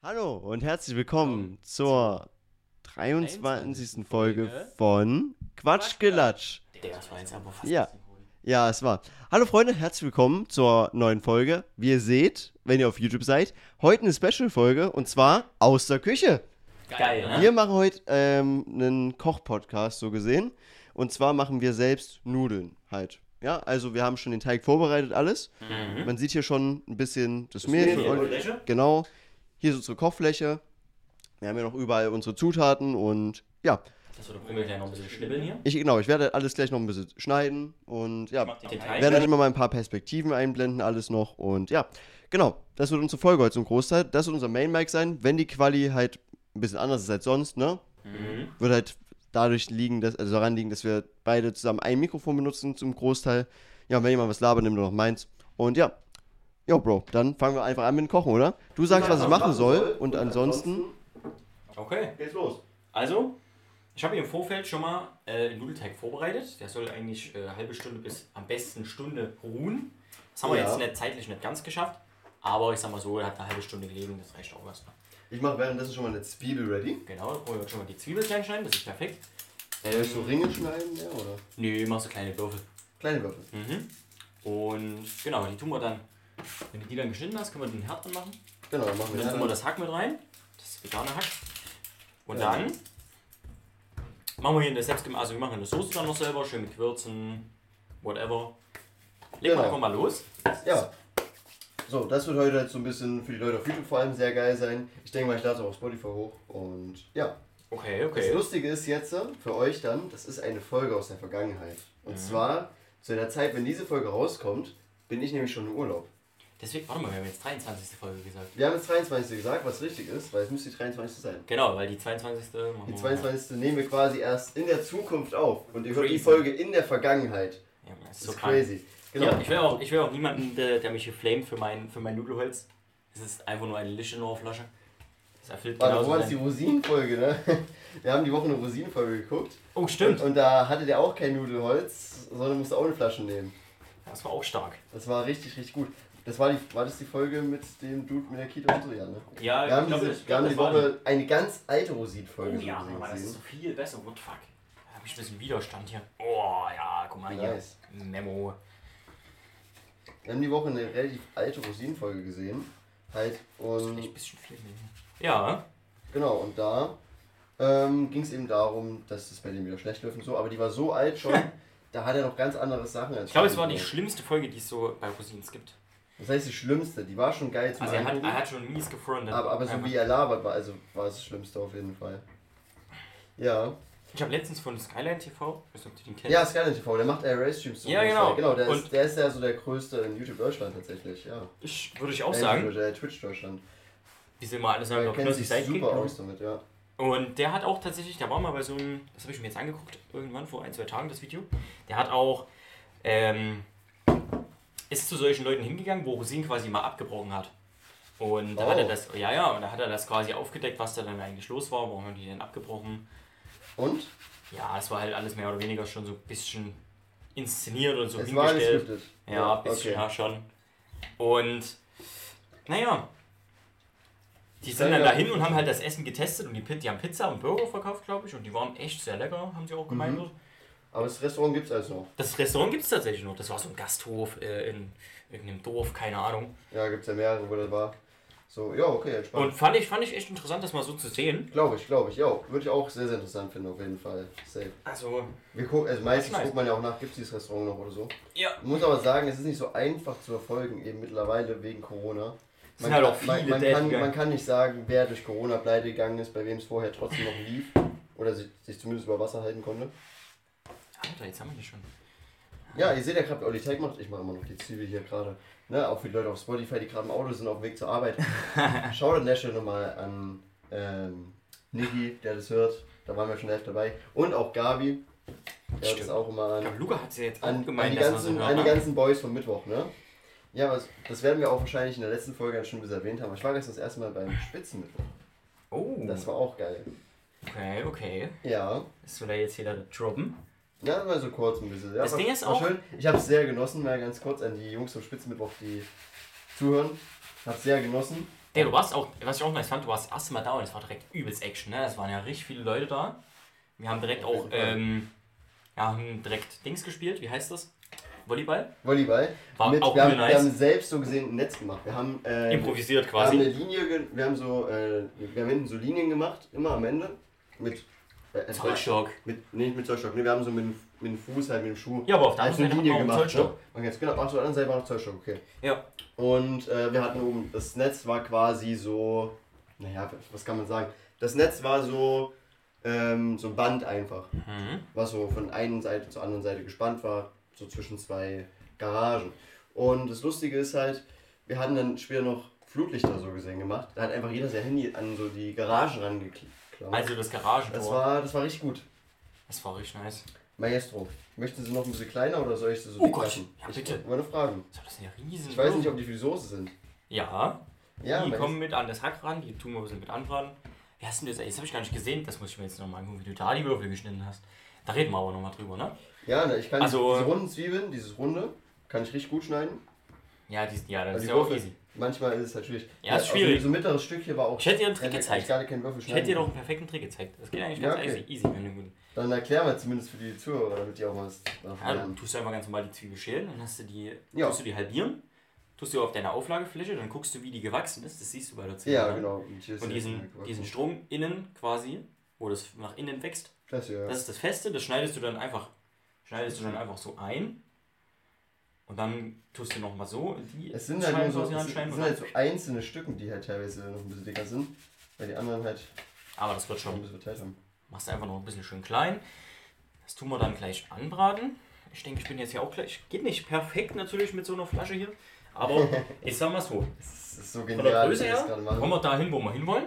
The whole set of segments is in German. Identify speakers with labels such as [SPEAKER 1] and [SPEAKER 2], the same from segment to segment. [SPEAKER 1] Hallo und herzlich willkommen zur 23. Folge von Quatschgelatsch.
[SPEAKER 2] Digga, das war jetzt aber fast
[SPEAKER 1] Ja. Ja, es war. Hallo Freunde, herzlich willkommen zur neuen Folge. Wie ihr seht, wenn ihr auf YouTube seid, heute eine Special-Folge und zwar aus der Küche.
[SPEAKER 2] geil, ne?
[SPEAKER 1] Wir machen heute ähm, einen Koch-Podcast, so gesehen. Und zwar machen wir selbst Nudeln halt. Ja, also wir haben schon den Teig vorbereitet, alles. Man sieht hier schon ein bisschen Mhm. das, Mehl.
[SPEAKER 2] Mehl,
[SPEAKER 1] und-
[SPEAKER 2] die Fläche.
[SPEAKER 1] Genau. Hier ist unsere Kochfläche. Wir haben ja noch überall unsere Zutaten und ja.
[SPEAKER 2] Das würde Brummel gleich noch ein bisschen schnibbeln hier.
[SPEAKER 1] Ich, genau, ich werde alles gleich noch ein bisschen schneiden und ja.
[SPEAKER 2] Den
[SPEAKER 1] Ich
[SPEAKER 2] Teig.
[SPEAKER 1] werde euch immer mal ein paar Perspektiven einblenden, alles noch. Und ja, genau, das wird unsere Folge heute zum Großteil. Das wird unser Main Mic sein, wenn die Quali halt ein bisschen anders ist als sonst, ne?
[SPEAKER 2] Mhm.
[SPEAKER 1] Wird halt dadurch liegen, dass, also daran liegen, dass wir beide zusammen ein Mikrofon benutzen zum Großteil. Ja, und wenn jemand was labert, nimmt er noch meins. Und ja, jo, Bro, dann fangen wir einfach an mit dem Kochen, oder? Du sagst, was ich machen soll und ansonsten.
[SPEAKER 2] Okay.
[SPEAKER 1] Geht's los.
[SPEAKER 2] Also, ich habe hier im Vorfeld schon mal äh, den Nudelteig vorbereitet. Der soll eigentlich äh, halbe Stunde bis am besten Stunde ruhen. Das haben wir
[SPEAKER 1] Ja.
[SPEAKER 2] jetzt nicht, zeitlich nicht ganz geschafft. Aber ich sag mal so, er hat eine halbe Stunde gelegen, das reicht auch was.
[SPEAKER 1] Ich mache währenddessen schon mal eine Zwiebel ready.
[SPEAKER 2] Genau, da brauchen wir schon mal die Zwiebel klein schneiden, das ist perfekt.
[SPEAKER 1] Willst du
[SPEAKER 2] Ähm,
[SPEAKER 1] Ringe schneiden, ja, oder?
[SPEAKER 2] nö, machst du kleine Würfel.
[SPEAKER 1] Kleine Würfel.
[SPEAKER 2] Mhm. Und genau, die tun wir dann. Wenn du die dann geschnitten hast, können wir den Herd anmachen.
[SPEAKER 1] Genau, dann machen
[SPEAKER 2] Und
[SPEAKER 1] wir
[SPEAKER 2] dann tun wir
[SPEAKER 1] das.
[SPEAKER 2] das Hack mit rein, das vegane Hack. Und
[SPEAKER 1] Ja.
[SPEAKER 2] dann machen wir hier eine selbstgemachte, also wir machen eine Soße dann noch selber, schön mit Gewürzen, whatever. Legen
[SPEAKER 1] Genau.
[SPEAKER 2] wir einfach mal los.
[SPEAKER 1] Ja. So, das wird heute halt so ein bisschen für die Leute auf YouTube vor allem sehr geil sein. Ich denke mal, ich lade es auch auf Spotify hoch. Und ja,
[SPEAKER 2] Okay,
[SPEAKER 1] das
[SPEAKER 2] okay.
[SPEAKER 1] Lustige ist jetzt äh, für euch dann, das ist eine Folge aus der Vergangenheit. Und
[SPEAKER 2] Mhm.
[SPEAKER 1] zwar zu der Zeit, wenn diese Folge rauskommt, bin ich nämlich schon im Urlaub.
[SPEAKER 2] Deswegen, warte mal, wir haben jetzt 23. Folge gesagt.
[SPEAKER 1] Wir haben jetzt 23. gesagt, was richtig ist, weil es müsste die 23. sein.
[SPEAKER 2] Genau, weil die 22. machen
[SPEAKER 1] Die
[SPEAKER 2] wir-
[SPEAKER 1] 22. nehmen wir quasi erst in der Zukunft auf. Und ihr hört die
[SPEAKER 2] Crazy.
[SPEAKER 1] Folge in der Vergangenheit.
[SPEAKER 2] Ja, das ist
[SPEAKER 1] Das
[SPEAKER 2] so
[SPEAKER 1] ist
[SPEAKER 2] crazy.
[SPEAKER 1] crazy. Genau.
[SPEAKER 2] Ja, ich will auch, ich will auch niemanden, der, der mich hier flamet für mein, für mein Nudelholz. Es ist einfach nur eine Lischenor-Flasche. Das erfüllt
[SPEAKER 1] Warte, wo
[SPEAKER 2] genauso
[SPEAKER 1] war das die
[SPEAKER 2] mein...
[SPEAKER 1] Rosinenfolge, ne? Wir haben die Woche eine Rosinenfolge geguckt.
[SPEAKER 2] Oh, stimmt.
[SPEAKER 1] Und da hatte der auch kein Nudelholz, sondern musste auch eine Flasche nehmen.
[SPEAKER 2] Das war auch stark.
[SPEAKER 1] Das war richtig, richtig gut. Das war, die, war das die Folge mit dem Dude mit der Kita und so, ja, ne?
[SPEAKER 2] Ja,
[SPEAKER 1] Wir haben,
[SPEAKER 2] Also glaub,
[SPEAKER 1] diese,
[SPEAKER 2] glaub,
[SPEAKER 1] wir haben
[SPEAKER 2] das
[SPEAKER 1] die
[SPEAKER 2] war
[SPEAKER 1] Woche eine ganz alte Rosin-Folge
[SPEAKER 2] Oh ja,
[SPEAKER 1] gesehen.
[SPEAKER 2] Mann, das ist so viel besser. What the fuck? Da hab ich ein bisschen Widerstand hier. Oh ja, guck mal hier.
[SPEAKER 1] Nice.
[SPEAKER 2] Memo.
[SPEAKER 1] Wir haben die Woche eine relativ alte Rosin-Folge gesehen. Halt,
[SPEAKER 2] Echt ein
[SPEAKER 1] und
[SPEAKER 2] bisschen viel Memo. Ja,
[SPEAKER 1] genau, und da ähm, ging es eben darum, dass es bei dem wieder schlecht läuft und so, aber die war so alt schon, da hat er noch ganz andere Sachen als
[SPEAKER 2] ich glaube, es war die
[SPEAKER 1] Rosin.
[SPEAKER 2] schlimmste Folge, die es so bei Rosins gibt.
[SPEAKER 1] Das heißt, die schlimmste, die war schon geil zum
[SPEAKER 2] Also er hat,
[SPEAKER 1] Angucken,
[SPEAKER 2] er hat schon mies gefrontet.
[SPEAKER 1] aber, aber so wie er labert, war, also war es das Schlimmste auf jeden Fall. Ja.
[SPEAKER 2] ich habe letztens von Skyline TV, ich weiß nicht, ob du den kennst.
[SPEAKER 1] Ja, Skyline TV, der macht RS-Streams.
[SPEAKER 2] Ja, genau.
[SPEAKER 1] genau der, ist,
[SPEAKER 2] Und-
[SPEAKER 1] der ist ja so der größte in YouTube Deutschland tatsächlich, ja.
[SPEAKER 2] Ich, würde ich auch
[SPEAKER 1] Äh,
[SPEAKER 2] sagen.
[SPEAKER 1] Der Twitch Deutschland.
[SPEAKER 2] Wie sie immer alle sagen,
[SPEAKER 1] Der
[SPEAKER 2] ob
[SPEAKER 1] kennt
[SPEAKER 2] Knossi
[SPEAKER 1] sich
[SPEAKER 2] Sidekick. genau.
[SPEAKER 1] super aus damit, ja.
[SPEAKER 2] Und der hat auch tatsächlich, da war mal bei so einem, das habe ich mir jetzt angeguckt, irgendwann vor ein, zwei Tagen das Video, der hat auch, ähm, ist zu solchen Leuten hingegangen, wo Rosin quasi mal abgebrochen hat. Und da
[SPEAKER 1] Oh.
[SPEAKER 2] hat er das, ja, ja, und da hat er das quasi aufgedeckt, was da dann eigentlich los war, warum haben die denn abgebrochen.
[SPEAKER 1] Und?
[SPEAKER 2] Ja, es war halt alles mehr oder weniger schon so ein bisschen inszeniert und so
[SPEAKER 1] es war
[SPEAKER 2] hingestellt.
[SPEAKER 1] gescriptet.
[SPEAKER 2] ja, ein bisschen, ja, schon. Und, naja, die sind
[SPEAKER 1] Ja,
[SPEAKER 2] dann
[SPEAKER 1] ja.
[SPEAKER 2] dahin und haben halt das Essen getestet und die, Pit- die haben Pizza und Burger verkauft, glaube ich, und die waren echt sehr lecker, haben sie auch gemeint.
[SPEAKER 1] Mhm. Aber das Restaurant gibt's also noch.
[SPEAKER 2] Das Restaurant gibt es tatsächlich noch. Das war so ein Gasthof äh, in irgendeinem Dorf, keine Ahnung.
[SPEAKER 1] Ja, gibt's ja mehrere, wo das war. So, ja, okay,
[SPEAKER 2] Und
[SPEAKER 1] entspannt.
[SPEAKER 2] fand ich, fand ich echt interessant, das mal so zu sehen.
[SPEAKER 1] Glaube ich, glaube ich, ja. Würde ich auch sehr, sehr interessant finden, auf jeden Fall. Safe.
[SPEAKER 2] Also,
[SPEAKER 1] Wir gucken, also meistens
[SPEAKER 2] nice.
[SPEAKER 1] guckt man ja auch nach, gibt's dieses Restaurant noch oder so.
[SPEAKER 2] ja.
[SPEAKER 1] Ich muss aber sagen, es ist nicht so einfach zu verfolgen, eben mittlerweile wegen Corona.
[SPEAKER 2] Es sind halt auch
[SPEAKER 1] man,
[SPEAKER 2] viele
[SPEAKER 1] man,
[SPEAKER 2] Dellen
[SPEAKER 1] kann,
[SPEAKER 2] gegangen.
[SPEAKER 1] man kann nicht sagen, wer durch Corona pleite gegangen ist, bei wem es vorher trotzdem noch lief. Oder sich, sich zumindest über Wasser halten konnte.
[SPEAKER 2] Alter, jetzt haben wir die schon.
[SPEAKER 1] Ja, ihr seht ja gerade, wie Olli Tech macht. Ich mache immer noch die Zwiebel hier gerade. Ne, auch für die Leute auf Spotify, die gerade im Auto sind, auf dem Weg zur Arbeit. Schaut an der Stelle nochmal an ähm, Niki, der das hört. Da waren wir schon live dabei. Und auch Gabi, der hört das
[SPEAKER 2] Stimmt.
[SPEAKER 1] auch immer
[SPEAKER 2] Ich
[SPEAKER 1] an.
[SPEAKER 2] glaube, Luca hat sie jetzt auch
[SPEAKER 1] An, an,
[SPEAKER 2] gemeint,
[SPEAKER 1] die
[SPEAKER 2] dass man
[SPEAKER 1] ganzen,
[SPEAKER 2] so
[SPEAKER 1] an die
[SPEAKER 2] hört.
[SPEAKER 1] ganzen Boys vom Mittwoch, ne? Ja, was, das werden wir auch wahrscheinlich in der letzten Folge ganz schön bis erwähnt haben. Ich war gestern das erste Mal beim Spitzenmittwoch.
[SPEAKER 2] Oh,
[SPEAKER 1] Das war auch geil.
[SPEAKER 2] okay, okay.
[SPEAKER 1] Ja.
[SPEAKER 2] Das will er jetzt jeder droppen.
[SPEAKER 1] Ja, mal so kurz ein bisschen. Ja,
[SPEAKER 2] Das
[SPEAKER 1] war,
[SPEAKER 2] Ding ist
[SPEAKER 1] war
[SPEAKER 2] auch-
[SPEAKER 1] Schön. Ich habe es sehr genossen, mal ganz kurz an die Jungs vom Spitzenmittwoch, die zuhören. Hab's sehr genossen.
[SPEAKER 2] Ja, du warst auch, was ich auch nice fand, du warst das erste Mal da und es war direkt übelst Action, ne? Es waren ja richtig viele Leute da. Wir haben direkt
[SPEAKER 1] Auf jeden
[SPEAKER 2] auch,
[SPEAKER 1] Fall.
[SPEAKER 2] ähm, ja, haben direkt Dings gespielt, wie heißt das? Volleyball?
[SPEAKER 1] Volleyball.
[SPEAKER 2] War
[SPEAKER 1] mit,
[SPEAKER 2] auch
[SPEAKER 1] wir, haben,
[SPEAKER 2] übel nice.
[SPEAKER 1] wir haben selbst so gesehen ein Netz gemacht. Wir haben, äh,
[SPEAKER 2] Improvisiert
[SPEAKER 1] wir haben eine
[SPEAKER 2] quasi.
[SPEAKER 1] Linie, ge- wir haben so, äh, wir haben hinten so Linien gemacht, immer am Ende. Mit, äh, es war-
[SPEAKER 2] Zollstock.
[SPEAKER 1] mit nee, nicht mit Zollstock, nee, wir haben so mit, dem- mit dem Fuß, halt mit dem Schuh.
[SPEAKER 2] Ja, aber auf der
[SPEAKER 1] Also
[SPEAKER 2] anderen
[SPEAKER 1] eine
[SPEAKER 2] Seite
[SPEAKER 1] Linie
[SPEAKER 2] hat man auch einen
[SPEAKER 1] gemacht. Ne?
[SPEAKER 2] Zollstock.
[SPEAKER 1] Und jetzt genau, ach so, dann selber noch Zollstock, okay.
[SPEAKER 2] Ja.
[SPEAKER 1] Und äh, wir hatten oben, das Netz war quasi so, naja, was kann man sagen? Das Netz war so, ähm, so ein Band einfach,
[SPEAKER 2] Mhm.
[SPEAKER 1] was so von einer Seite zur anderen Seite gespannt war, so zwischen zwei Garagen. Und das Lustige ist halt, wir hatten dann später noch Flutlichter so gesehen gemacht. Da hat einfach jeder sein Handy an so die Garagen rangeklammert.
[SPEAKER 2] Also das
[SPEAKER 1] das
[SPEAKER 2] Garagentor.
[SPEAKER 1] war, das war richtig gut.
[SPEAKER 2] Das war richtig nice.
[SPEAKER 1] Maestro, möchten Sie noch ein bisschen kleiner oder soll ich Sie so
[SPEAKER 2] Oh
[SPEAKER 1] dick
[SPEAKER 2] Gott,
[SPEAKER 1] lassen?
[SPEAKER 2] ja,
[SPEAKER 1] ich
[SPEAKER 2] bitte.
[SPEAKER 1] wollte fragen.
[SPEAKER 2] So, das sind ja riesen.
[SPEAKER 1] Ich weiß nicht, ob die für die Soße sind.
[SPEAKER 2] Ja,
[SPEAKER 1] Ja,
[SPEAKER 2] die
[SPEAKER 1] Maestro-
[SPEAKER 2] kommen mit an das Hack ran, die tun wir ein bisschen mit anbraten. Wie hast du denn das? Jetzt habe ich gar nicht gesehen, das muss ich mir jetzt nochmal angucken, wie du da die Würfel geschnitten hast. Da reden wir aber nochmal drüber, ne?
[SPEAKER 1] ja ne, ich kann
[SPEAKER 2] Also-
[SPEAKER 1] diese runden Zwiebeln, dieses runde, kann ich richtig gut schneiden.
[SPEAKER 2] Ja, die, ja
[SPEAKER 1] Aber
[SPEAKER 2] das ist
[SPEAKER 1] Also die
[SPEAKER 2] ja auch
[SPEAKER 1] Würfel-
[SPEAKER 2] easy.
[SPEAKER 1] Manchmal ist es halt schwierig.
[SPEAKER 2] Ja, ist
[SPEAKER 1] also
[SPEAKER 2] schwierig.
[SPEAKER 1] So ein mittleres Stück hier war auch.
[SPEAKER 2] Ich hätte dir einen Trick
[SPEAKER 1] hätte
[SPEAKER 2] gezeigt.
[SPEAKER 1] Ich gar nicht keinen Würfel
[SPEAKER 2] Ich
[SPEAKER 1] schneiden.
[SPEAKER 2] hätte dir doch einen perfekten Trick gezeigt. Das geht eigentlich
[SPEAKER 1] Ja,
[SPEAKER 2] ganz
[SPEAKER 1] okay.
[SPEAKER 2] easy, easy, wenn du gut.
[SPEAKER 1] Dann erklär mal zumindest für die Zuhörer, damit die auch mal was davon
[SPEAKER 2] Ja, dann
[SPEAKER 1] lernen.
[SPEAKER 2] tust du einfach ganz normal die Zwiebel schälen, dann hast du die,
[SPEAKER 1] Ja.
[SPEAKER 2] tust du die halbieren, tust du auf deiner Auflagefläche, dann guckst du, wie die gewachsen ist. Das siehst du bei der Zwiebel.
[SPEAKER 1] Ja,
[SPEAKER 2] dann.
[SPEAKER 1] genau. Und, hier ist
[SPEAKER 2] Und
[SPEAKER 1] ja
[SPEAKER 2] diesen,
[SPEAKER 1] gewachsen.
[SPEAKER 2] diesen Strom innen quasi, wo das nach innen wächst,
[SPEAKER 1] Das hier, ja.
[SPEAKER 2] das ist das Feste, das schneidest du dann einfach, schneidest du dann einfach so ein. Und dann tust du nochmal so die
[SPEAKER 1] Es sind halt nur so,
[SPEAKER 2] quasi
[SPEAKER 1] es sind,
[SPEAKER 2] anschneiden
[SPEAKER 1] es sind
[SPEAKER 2] und
[SPEAKER 1] halt
[SPEAKER 2] dann-
[SPEAKER 1] so einzelne Stücken, die halt teilweise noch ein bisschen dicker sind, weil die anderen halt
[SPEAKER 2] Aber das wird
[SPEAKER 1] schon ein
[SPEAKER 2] schon.
[SPEAKER 1] bisschen verteilt haben.
[SPEAKER 2] Machst du einfach noch ein bisschen schön klein. Das tun wir dann gleich anbraten. Ich denke, ich bin jetzt hier auch gleich. Geht nicht perfekt natürlich mit so einer Flasche hier. Aber ich sag mal so.
[SPEAKER 1] Es ist so
[SPEAKER 2] Von der
[SPEAKER 1] genial, dass
[SPEAKER 2] Größe
[SPEAKER 1] wir das
[SPEAKER 2] her
[SPEAKER 1] gerade machen.
[SPEAKER 2] kommen wir dahin, wo wir hinwollen.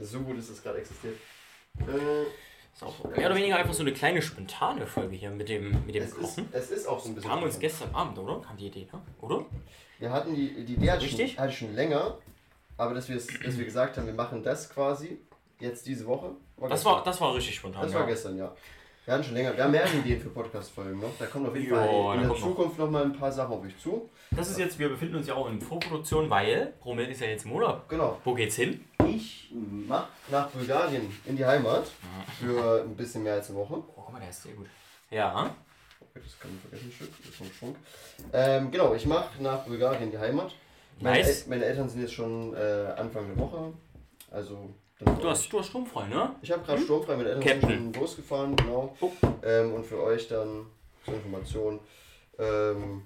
[SPEAKER 1] So gut ist das gerade existiert. Äh,
[SPEAKER 2] Ist auch mehr oder weniger einfach so eine kleine spontane Folge hier mit dem, mit dem
[SPEAKER 1] es, ist,
[SPEAKER 2] Kochen.
[SPEAKER 1] es ist auch so ein bisschen.
[SPEAKER 2] Haben wir uns
[SPEAKER 1] spannend.
[SPEAKER 2] gestern Abend, oder? Kam die Idee, ne? oder?
[SPEAKER 1] Wir hatten die, die Idee hatte ich
[SPEAKER 2] Richtig?
[SPEAKER 1] schon, hatte ich schon länger, aber dass wir, es- dass wir gesagt haben, wir machen das quasi jetzt diese Woche.
[SPEAKER 2] Das
[SPEAKER 1] gestern.
[SPEAKER 2] war, das war richtig spontan.
[SPEAKER 1] das
[SPEAKER 2] ja.
[SPEAKER 1] war gestern, ja. Wir hatten schon länger, wir haben mehrere Ideen für Podcast-Folgen noch. Da kommen auf jeden
[SPEAKER 2] Jo,
[SPEAKER 1] Fall
[SPEAKER 2] da
[SPEAKER 1] in der
[SPEAKER 2] kommt noch.
[SPEAKER 1] Zukunft noch mal ein paar Sachen auf euch zu.
[SPEAKER 2] das ist jetzt, wir befinden uns ja auch in Vorproduktion, weil Promel ist ja jetzt im Urlaub.
[SPEAKER 1] Genau.
[SPEAKER 2] Wo geht's hin?
[SPEAKER 1] Ich mach nach Bulgarien in die Heimat für ein bisschen mehr als eine Woche.
[SPEAKER 2] Oh, guck mal, der ist sehr gut. Ja.
[SPEAKER 1] Das kann ich vergessen, Schön, das ist vom Schwung. Ähm, genau, ich mache nach Bulgarien die Heimat. Meine,
[SPEAKER 2] Nice.
[SPEAKER 1] El meine Eltern sind jetzt schon äh, Anfang der Woche. Also, dann
[SPEAKER 2] Du hast, du hast sturmfrei, ne?
[SPEAKER 1] Ich habe gerade sturmfrei mit Eltern schon
[SPEAKER 2] Captain.
[SPEAKER 1] losgefahren, genau.
[SPEAKER 2] Oh.
[SPEAKER 1] Ähm, und für euch dann zur Information. Ähm,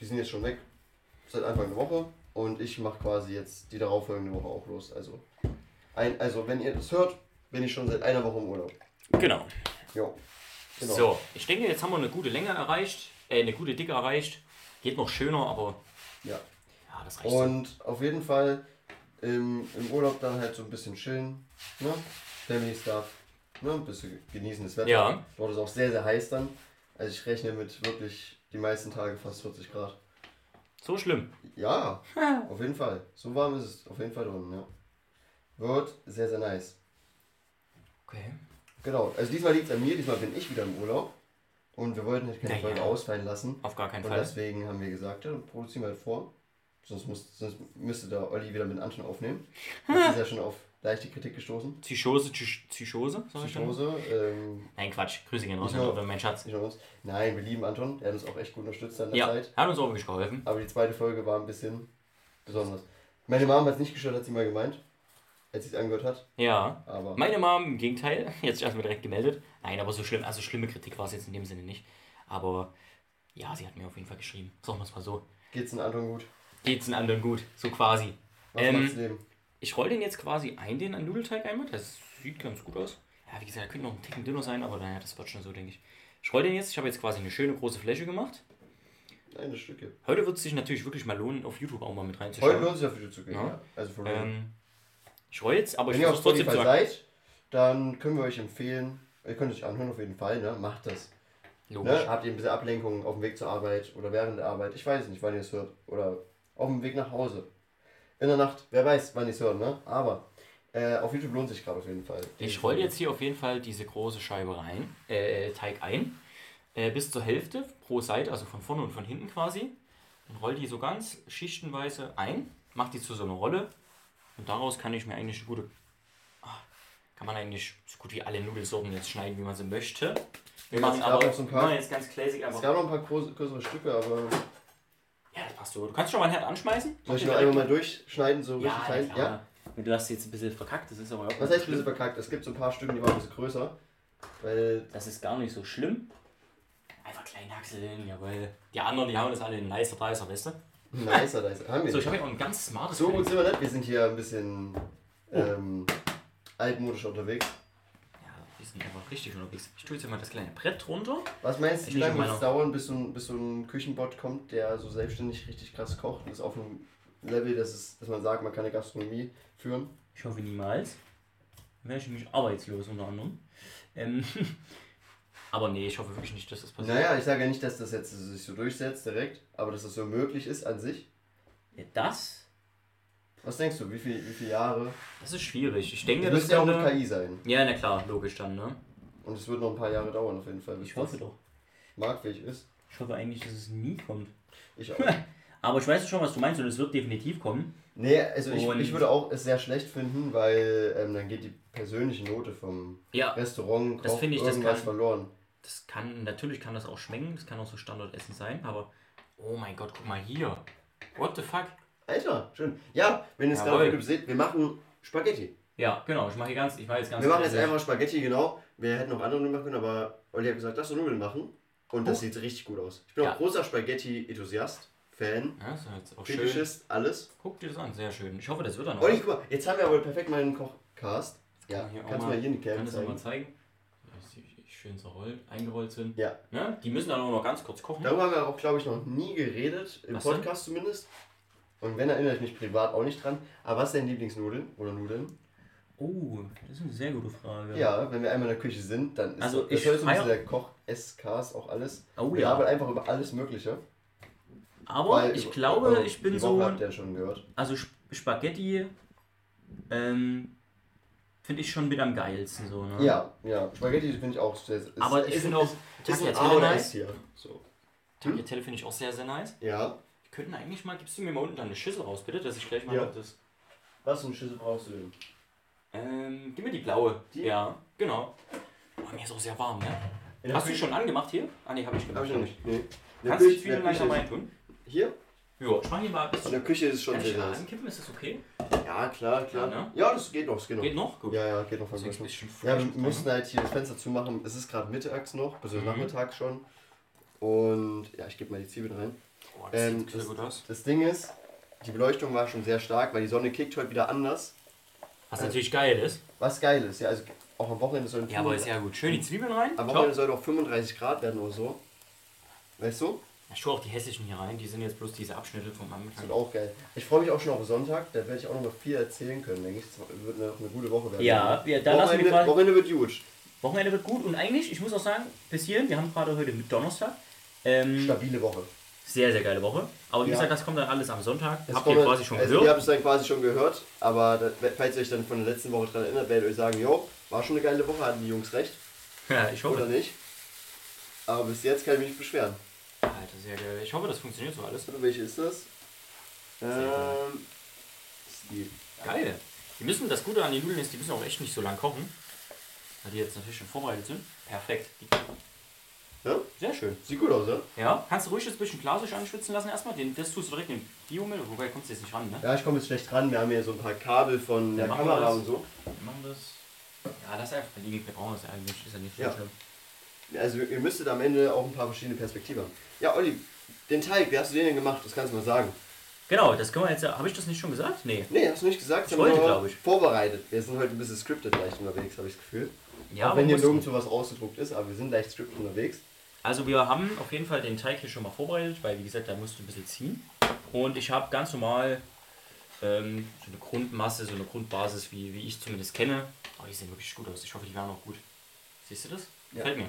[SPEAKER 1] die sind jetzt schon weg, seit Anfang der Woche. Und ich mache quasi jetzt die darauffolgende Woche auch los. Also, ein, also wenn ihr das hört, bin ich schon seit einer Woche im Urlaub.
[SPEAKER 2] Genau.
[SPEAKER 1] Ja. Genau.
[SPEAKER 2] So, ich denke, jetzt haben wir eine gute Länge erreicht, äh, eine gute Dicke erreicht. Geht noch schöner, aber
[SPEAKER 1] Ja.
[SPEAKER 2] ja, das reicht. so.
[SPEAKER 1] Und auf jeden Fall im, im Urlaub dann halt so ein bisschen chillen. Ne? Family Stuff. Ne? Ein bisschen genießen das Wetter.
[SPEAKER 2] Ja.
[SPEAKER 1] Dort ist auch sehr, sehr heiß dann. Also ich rechne mit wirklich die meisten Tage fast 40 Grad.
[SPEAKER 2] So schlimm.
[SPEAKER 1] Ja, auf jeden Fall. So warm ist es auf jeden Fall drin, ja. Wird sehr, sehr nice.
[SPEAKER 2] Okay.
[SPEAKER 1] Genau, also diesmal liegt es an mir, diesmal bin ich wieder im Urlaub. Und wir wollten halt keine
[SPEAKER 2] Ja,
[SPEAKER 1] Folge
[SPEAKER 2] ja.
[SPEAKER 1] ausfallen lassen.
[SPEAKER 2] Auf gar keinen
[SPEAKER 1] Und
[SPEAKER 2] Fall.
[SPEAKER 1] deswegen haben wir gesagt, ja, dann produzieren wir halt vor. Sonst, muss, sonst müsste da Olli wieder mit Anton aufnehmen. Das ist ja schon auf leichte Kritik gestoßen.
[SPEAKER 2] Psychose, Psych- Psychose, sag ich dann?
[SPEAKER 1] Psychose, ähm,
[SPEAKER 2] Nein, Quatsch. Grüße gehen raus,
[SPEAKER 1] Ja.
[SPEAKER 2] ja. mein Schatz.
[SPEAKER 1] nicht nur uns. Nein, wir lieben Anton, der hat uns auch echt gut unterstützt an der
[SPEAKER 2] Ja,
[SPEAKER 1] Zeit.
[SPEAKER 2] hat uns auch wirklich geholfen.
[SPEAKER 1] Aber die zweite Folge war ein bisschen besonders. Meine Mom hat es nicht gestört, hat sie mal gemeint, als sie es angehört hat.
[SPEAKER 2] Ja.
[SPEAKER 1] Aber
[SPEAKER 2] Meine Mom, im Gegenteil, jetzt erstmal direkt gemeldet. Nein, aber so schlimm, also schlimme Kritik war es jetzt in dem Sinne nicht. Aber ja, sie hat mir auf jeden Fall geschrieben. Sagen wir es mal so.
[SPEAKER 1] geht's den Anton gut?
[SPEAKER 2] Geht's den anderen gut, so quasi.
[SPEAKER 1] Was
[SPEAKER 2] Ähm,
[SPEAKER 1] macht's Leben?
[SPEAKER 2] Ich roll den jetzt quasi ein, den Nudelteig einmal. Das sieht ganz gut aus. Ja, wie gesagt, er könnte noch ein Ticken dünner sein, aber naja, das wird schon so, denke ich. Ich roll den jetzt. Ich habe jetzt quasi eine schöne große Fläche gemacht.
[SPEAKER 1] Nein, das Stück gibt.
[SPEAKER 2] Heute wird es sich natürlich wirklich mal lohnen, auf YouTube auch mal mit
[SPEAKER 1] Heute
[SPEAKER 2] reinzuschauen.
[SPEAKER 1] lohnt es ja für die Zukunft.
[SPEAKER 2] Ja.
[SPEAKER 1] Ja. Also für
[SPEAKER 2] Ähm, ich roll jetzt, aber
[SPEAKER 1] Wenn
[SPEAKER 2] ich
[SPEAKER 1] ihr auf
[SPEAKER 2] versuch's trotzdem
[SPEAKER 1] Spotify
[SPEAKER 2] zu
[SPEAKER 1] seid, dann können wir euch empfehlen, ihr könnt es euch anhören auf jeden Fall, ne? Macht das.
[SPEAKER 2] Logisch.
[SPEAKER 1] Ne? Habt ihr ein bisschen Ablenkung auf dem Weg zur Arbeit oder während der Arbeit? Ich weiß nicht, wann ihr es hört. Oder auf dem Weg nach Hause. In der Nacht, wer weiß, wann ihr es hört, ne? Aber äh, auf YouTube lohnt sich gerade auf jeden Fall.
[SPEAKER 2] Ich roll jetzt hier auf jeden Fall diese große Scheibe rein, äh, Teig ein, äh, bis zur Hälfte pro Seite, also von vorne und von hinten quasi. Und roll die so ganz schichtenweise ein, mach die zu so einer Rolle Und daraus kann ich mir eigentlich eine gute. Ah, Kann man eigentlich so gut wie alle Nudelsorten jetzt schneiden, wie man sie möchte. Wir
[SPEAKER 1] Ja,
[SPEAKER 2] machen
[SPEAKER 1] es gab
[SPEAKER 2] aber
[SPEAKER 1] auch so ein
[SPEAKER 2] wir
[SPEAKER 1] paar-
[SPEAKER 2] machen jetzt ganz classic
[SPEAKER 1] Es
[SPEAKER 2] einfach.
[SPEAKER 1] gab noch ein paar große, größere Stücke, aber
[SPEAKER 2] Ja, das passt so. Du kannst schon mal einen Herd anschmeißen.
[SPEAKER 1] soll ich
[SPEAKER 2] Mach
[SPEAKER 1] nur
[SPEAKER 2] den
[SPEAKER 1] einmal mal durchschneiden, so
[SPEAKER 2] direkt.
[SPEAKER 1] richtig
[SPEAKER 2] ja,
[SPEAKER 1] klein? Ja.
[SPEAKER 2] ja. Du hast jetzt ein bisschen verkackt, das ist aber auch.
[SPEAKER 1] Was heißt ein bisschen verkackt? Es gibt so ein paar Stücke, die waren ein bisschen größer. Weil
[SPEAKER 2] Das ist gar nicht so schlimm. Einfach klein hackseln, jawohl. Die anderen, die haben das alle in nicer, nicer, weißt du?
[SPEAKER 1] nicer, nicer. Haben wir nicht.
[SPEAKER 2] So, ich habe ja auch ein ganz smartes
[SPEAKER 1] So
[SPEAKER 2] Teil.
[SPEAKER 1] gut sind wir nicht. Wir sind hier ein bisschen
[SPEAKER 2] Oh.
[SPEAKER 1] ähm, altmodisch unterwegs.
[SPEAKER 2] Ja, die sind einfach richtig unterwegs. Ich tue jetzt mal das kleine Brett drunter.
[SPEAKER 1] Was meinst du,
[SPEAKER 2] Ich
[SPEAKER 1] wie
[SPEAKER 2] bin
[SPEAKER 1] lange
[SPEAKER 2] schon
[SPEAKER 1] wird es
[SPEAKER 2] meiner.
[SPEAKER 1] dauern, bis so, ein, bis so ein Küchenbot kommt, der so selbstständig richtig krass kocht und ist auf einem Level, dass, es, dass man sagt, man kann eine Gastronomie führen?
[SPEAKER 2] Ich hoffe niemals. Dann wäre ich nämlich arbeitslos unter anderem. Ähm, aber nee, ich hoffe wirklich nicht, dass das passiert.
[SPEAKER 1] Naja, ich sage ja nicht, dass das jetzt sich so durchsetzt direkt, aber dass das so möglich ist an sich.
[SPEAKER 2] Ja, Das?
[SPEAKER 1] Was denkst du, wie, viel, wie viele Jahre?
[SPEAKER 2] Das ist schwierig. Ich denke,
[SPEAKER 1] Das
[SPEAKER 2] das
[SPEAKER 1] müsste ja auch mit
[SPEAKER 2] könnte-
[SPEAKER 1] KI sein.
[SPEAKER 2] Ja, na klar, logisch dann, ne?
[SPEAKER 1] Und es wird noch ein paar Jahre dauern, auf jeden Fall, bis
[SPEAKER 2] Ich hoffe
[SPEAKER 1] das
[SPEAKER 2] doch.
[SPEAKER 1] marktfähig ist.
[SPEAKER 2] Ich hoffe eigentlich, dass es nie kommt.
[SPEAKER 1] Ich auch.
[SPEAKER 2] Aber ich weiß schon, was du meinst und es wird definitiv kommen.
[SPEAKER 1] Nee, also ich,
[SPEAKER 2] Und-
[SPEAKER 1] ich würde auch es sehr schlecht finden, weil ähm, dann geht die persönliche Note vom
[SPEAKER 2] Ja,
[SPEAKER 1] Restaurant
[SPEAKER 2] Das
[SPEAKER 1] Koch,
[SPEAKER 2] finde ich, das
[SPEAKER 1] irgendwas
[SPEAKER 2] kann-
[SPEAKER 1] verloren.
[SPEAKER 2] das kann, natürlich kann das auch schmecken, das kann auch so Standardessen sein, aber. Oh mein Gott, guck mal hier. What the fuck?
[SPEAKER 1] Alter, schön. Ja, wenn ihr es
[SPEAKER 2] Jawohl.
[SPEAKER 1] gerade auf YouTube seht, wir machen Spaghetti.
[SPEAKER 2] Ja, genau, ich mache hier ganz, ich mache jetzt ganz.
[SPEAKER 1] Wir machen jetzt
[SPEAKER 2] klassisch.
[SPEAKER 1] einfach Spaghetti, genau. Wir hätten noch andere Nudeln machen können, aber Olli hat gesagt, lass doch Nudeln machen. Und das
[SPEAKER 2] Oh.
[SPEAKER 1] sieht richtig gut aus. Ich bin
[SPEAKER 2] Ja.
[SPEAKER 1] auch großer Spaghetti-Enthusiast, Fan,
[SPEAKER 2] Ja, ist ja jetzt auch schön.
[SPEAKER 1] Fetischist, alles.
[SPEAKER 2] Guck dir das an, sehr schön. Ich hoffe, das wird dann auch.
[SPEAKER 1] Olli, guck mal, jetzt haben wir aber perfekt meinen Kochcast.
[SPEAKER 2] kann
[SPEAKER 1] Ja,
[SPEAKER 2] man hier auch
[SPEAKER 1] kannst du
[SPEAKER 2] mal-
[SPEAKER 1] mal hier in die
[SPEAKER 2] Ich
[SPEAKER 1] Cam
[SPEAKER 2] kann das auch mal
[SPEAKER 1] zeigen?
[SPEAKER 2] zeigen. Dass die schön zerrollt, eingerollt sind.
[SPEAKER 1] Ja.
[SPEAKER 2] Ne? Die müssen dann auch noch ganz kurz kochen.
[SPEAKER 1] Darüber haben wir auch, glaube ich, noch nie geredet, im
[SPEAKER 2] Was denn?
[SPEAKER 1] Podcast zumindest. Und wenn, erinnere ich mich privat auch nicht dran. Aber was ist deine Lieblingsnudeln oder Nudeln?
[SPEAKER 2] Oh, das ist eine sehr gute Frage.
[SPEAKER 1] Ja, wenn wir einmal in der Küche sind, dann ist
[SPEAKER 2] Also
[SPEAKER 1] das
[SPEAKER 2] ich
[SPEAKER 1] soll so ein bisschen
[SPEAKER 2] feier-
[SPEAKER 1] der Koch, SKs, auch alles.
[SPEAKER 2] Oh
[SPEAKER 1] wir
[SPEAKER 2] ja.
[SPEAKER 1] arbeiten einfach über alles Mögliche.
[SPEAKER 2] Aber ich
[SPEAKER 1] über-
[SPEAKER 2] glaube,
[SPEAKER 1] über-
[SPEAKER 2] ich bin
[SPEAKER 1] also die
[SPEAKER 2] so.
[SPEAKER 1] Woche habt ihr ja schon gehört.
[SPEAKER 2] Also Sp Spaghetti ähm, finde ich schon mit am geilsten so, ne?
[SPEAKER 1] Ja, ja. Spaghetti finde ich auch sehr. Ist,
[SPEAKER 2] Aber ich
[SPEAKER 1] ist,
[SPEAKER 2] finde auch
[SPEAKER 1] Ist, ist ein A
[SPEAKER 2] Tagliatelle
[SPEAKER 1] oder ist
[SPEAKER 2] nice.
[SPEAKER 1] hier. So. Hm?
[SPEAKER 2] Tagliatelle finde ich auch sehr, sehr nice.
[SPEAKER 1] Ja.
[SPEAKER 2] Wir könnten eigentlich mal, gibst du mir mal unten dann eine Schüssel raus, bitte, dass ich gleich mal
[SPEAKER 1] Ja.
[SPEAKER 2] noch das.
[SPEAKER 1] Was für eine Schüssel brauchst du denn?
[SPEAKER 2] Ähm, gib mir die blaue.
[SPEAKER 1] Die?
[SPEAKER 2] Ja, genau. Oh, mir ist auch sehr warm, ne?
[SPEAKER 1] In der
[SPEAKER 2] Hast du die
[SPEAKER 1] Küche-
[SPEAKER 2] schon angemacht hier? Ah, nee, habe ich
[SPEAKER 1] Hab
[SPEAKER 2] gemacht.
[SPEAKER 1] ich noch nicht. Nee. In der
[SPEAKER 2] Kannst du
[SPEAKER 1] Küche-
[SPEAKER 2] die
[SPEAKER 1] in
[SPEAKER 2] Zwiebeln
[SPEAKER 1] der
[SPEAKER 2] leichter
[SPEAKER 1] Küche-
[SPEAKER 2] rein tun?
[SPEAKER 1] Hier?
[SPEAKER 2] Ja, ich mache hier mal ein
[SPEAKER 1] In
[SPEAKER 2] bisschen.
[SPEAKER 1] der Küche ist es schon
[SPEAKER 2] Kann ich
[SPEAKER 1] sehr
[SPEAKER 2] da
[SPEAKER 1] nice.
[SPEAKER 2] ankippen? Ist das okay?
[SPEAKER 1] Ja, klar, klar.
[SPEAKER 2] Ja, ne?
[SPEAKER 1] Ja, das geht noch, das geht noch.
[SPEAKER 2] Geht noch? Gut.
[SPEAKER 1] Ja, ja, geht noch von
[SPEAKER 2] Deswegen
[SPEAKER 1] Deutschland.
[SPEAKER 2] ist schon
[SPEAKER 1] Ja, wir
[SPEAKER 2] frisch. ne?
[SPEAKER 1] mussten halt hier das Fenster zumachen. Es ist gerade mittags noch, also
[SPEAKER 2] Mhm.
[SPEAKER 1] nachmittags schon. Und ja, ich gebe mal die Zwiebeln rein.
[SPEAKER 2] Oh, das
[SPEAKER 1] Ähm,
[SPEAKER 2] sieht sehr gut aus.
[SPEAKER 1] Das Ding ist, die Beleuchtung war schon sehr stark, weil die Sonne kickt heute wieder anders.
[SPEAKER 2] Was natürlich geil ist.
[SPEAKER 1] Was geil ist, ja, also auch am Wochenende sollen,
[SPEAKER 2] Ja, aber ist
[SPEAKER 1] 35
[SPEAKER 2] ja gut. Schön die Zwiebeln rein.
[SPEAKER 1] am
[SPEAKER 2] Top.
[SPEAKER 1] Wochenende sollen auch 35 Grad werden oder so. Weißt du?
[SPEAKER 2] Ich tue auch die hessischen hier rein. Die sind jetzt bloß diese Abschnitte vom
[SPEAKER 1] Das
[SPEAKER 2] Anfang.
[SPEAKER 1] wird auch geil. Ich freue mich auch schon auf Sonntag, da werde ich auch noch mal viel erzählen können, denke ich. Es wird eine, eine gute Woche werden.
[SPEAKER 2] Ja, ja, da lassen wir
[SPEAKER 1] Wochenende,
[SPEAKER 2] quasi-
[SPEAKER 1] Wochenende wird huge.
[SPEAKER 2] Wochenende wird gut und eigentlich, ich muss auch sagen, bis hierhin, wir haben gerade heute mit Donnerstag. Ähm,
[SPEAKER 1] Stabile Woche.
[SPEAKER 2] sehr, sehr geile Woche. Aber wie
[SPEAKER 1] Ja.
[SPEAKER 2] gesagt, das kommt dann alles am Sonntag.
[SPEAKER 1] Das
[SPEAKER 2] Habt ihr
[SPEAKER 1] kommt-
[SPEAKER 2] quasi schon
[SPEAKER 1] also Ihr
[SPEAKER 2] gehört.
[SPEAKER 1] habt es dann quasi schon gehört, aber da, falls ihr euch dann von der letzten Woche dran erinnert, werdet ihr euch sagen, jo, war schon eine geile Woche, hatten die Jungs recht,
[SPEAKER 2] Ja, ich
[SPEAKER 1] oder
[SPEAKER 2] hoffe.
[SPEAKER 1] nicht? Aber bis jetzt kann ich mich nicht beschweren.
[SPEAKER 2] Alter, sehr geil. Ich hoffe, das funktioniert so alles.
[SPEAKER 1] Oder welche ist das?
[SPEAKER 2] geil.
[SPEAKER 1] Ähm, ist die.
[SPEAKER 2] Geil. Die müssen, das Gute an den Nudeln ist, die müssen auch echt nicht so lang kochen. Weil die jetzt natürlich schon vorbereitet sind. Perfekt.
[SPEAKER 1] Ja?
[SPEAKER 2] Sehr schön.
[SPEAKER 1] Sieht gut aus, ne? oder?
[SPEAKER 2] Ja, kannst du ruhig jetzt ein bisschen Glasisch anschwitzen lassen erstmal. Den, das tust du direkt in den Biomüll. Wobei kommst du jetzt nicht ran, ne?
[SPEAKER 1] Ja, ich komme jetzt schlecht ran, wir haben hier so ein paar Kabel von der
[SPEAKER 2] Dann machen wir
[SPEAKER 1] Kamera
[SPEAKER 2] das.
[SPEAKER 1] und so.
[SPEAKER 2] Wir machen das. Ja, lass einfach liegen. Wir brauchen das eigentlich. Ist ja nicht so
[SPEAKER 1] Ja.
[SPEAKER 2] schlimm.
[SPEAKER 1] Also ihr müsstet am Ende auch ein paar verschiedene Perspektiven haben. Ja, Olli, den Teig, wie hast du den denn gemacht? Das kannst du mal sagen.
[SPEAKER 2] Genau, das können wir jetzt. Habe ich das nicht schon gesagt? Nee.
[SPEAKER 1] Nee, hast du nicht gesagt, das
[SPEAKER 2] wollte,
[SPEAKER 1] wir
[SPEAKER 2] glaub ich.
[SPEAKER 1] vorbereitet. Wir sind heute ein bisschen scripted leicht unterwegs, habe ich das Gefühl.
[SPEAKER 2] Ja,
[SPEAKER 1] auch
[SPEAKER 2] aber
[SPEAKER 1] wenn hier
[SPEAKER 2] mussten.
[SPEAKER 1] nirgendwo was ausgedruckt ist, aber wir sind leicht scripted unterwegs.
[SPEAKER 2] Also wir haben auf jeden Fall den Teig hier schon mal vorbereitet, weil wie gesagt, da musst du ein bisschen ziehen. Und ich habe ganz normal ähm, so eine Grundmasse, so eine Grundbasis, wie, wie ich zumindest kenne. Oh, die sehen wirklich gut aus. Ich hoffe, die werden auch gut. Siehst du das?
[SPEAKER 1] Ja.
[SPEAKER 2] Gefällt mir.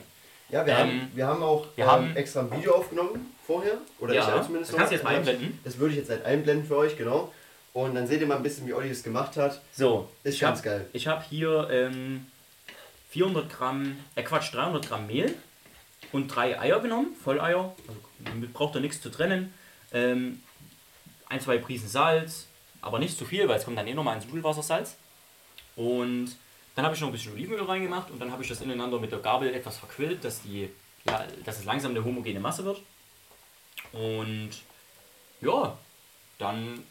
[SPEAKER 1] Ja, wir,
[SPEAKER 2] Ähm,
[SPEAKER 1] haben, wir haben auch
[SPEAKER 2] wir
[SPEAKER 1] ähm,
[SPEAKER 2] haben-
[SPEAKER 1] extra ein Video aufgenommen vorher. Oder
[SPEAKER 2] Ja,
[SPEAKER 1] ich habe zumindest
[SPEAKER 2] das kannst du jetzt mal
[SPEAKER 1] gemacht.
[SPEAKER 2] einblenden.
[SPEAKER 1] Das würde ich jetzt halt einblenden für euch, genau. Und dann seht ihr mal ein bisschen, wie Olli das gemacht hat.
[SPEAKER 2] So,
[SPEAKER 1] Ist
[SPEAKER 2] ich
[SPEAKER 1] ganz
[SPEAKER 2] hab-
[SPEAKER 1] geil.
[SPEAKER 2] Ich habe hier ähm, 400 Gramm, äh Quatsch, 300 Gramm Mehl und drei Eier genommen, Volleier, also damit braucht ihr nichts zu trennen. Ähm, ein, zwei Prisen Salz, aber nicht zu viel, weil es kommt dann eh nochmal ins Nudelwassersalz. Und dann habe ich noch ein bisschen Olivenöl reingemacht und dann habe ich das ineinander mit der Gabel etwas verquillt, dass, die, ja, dass es langsam eine homogene Masse wird. Und ja, dann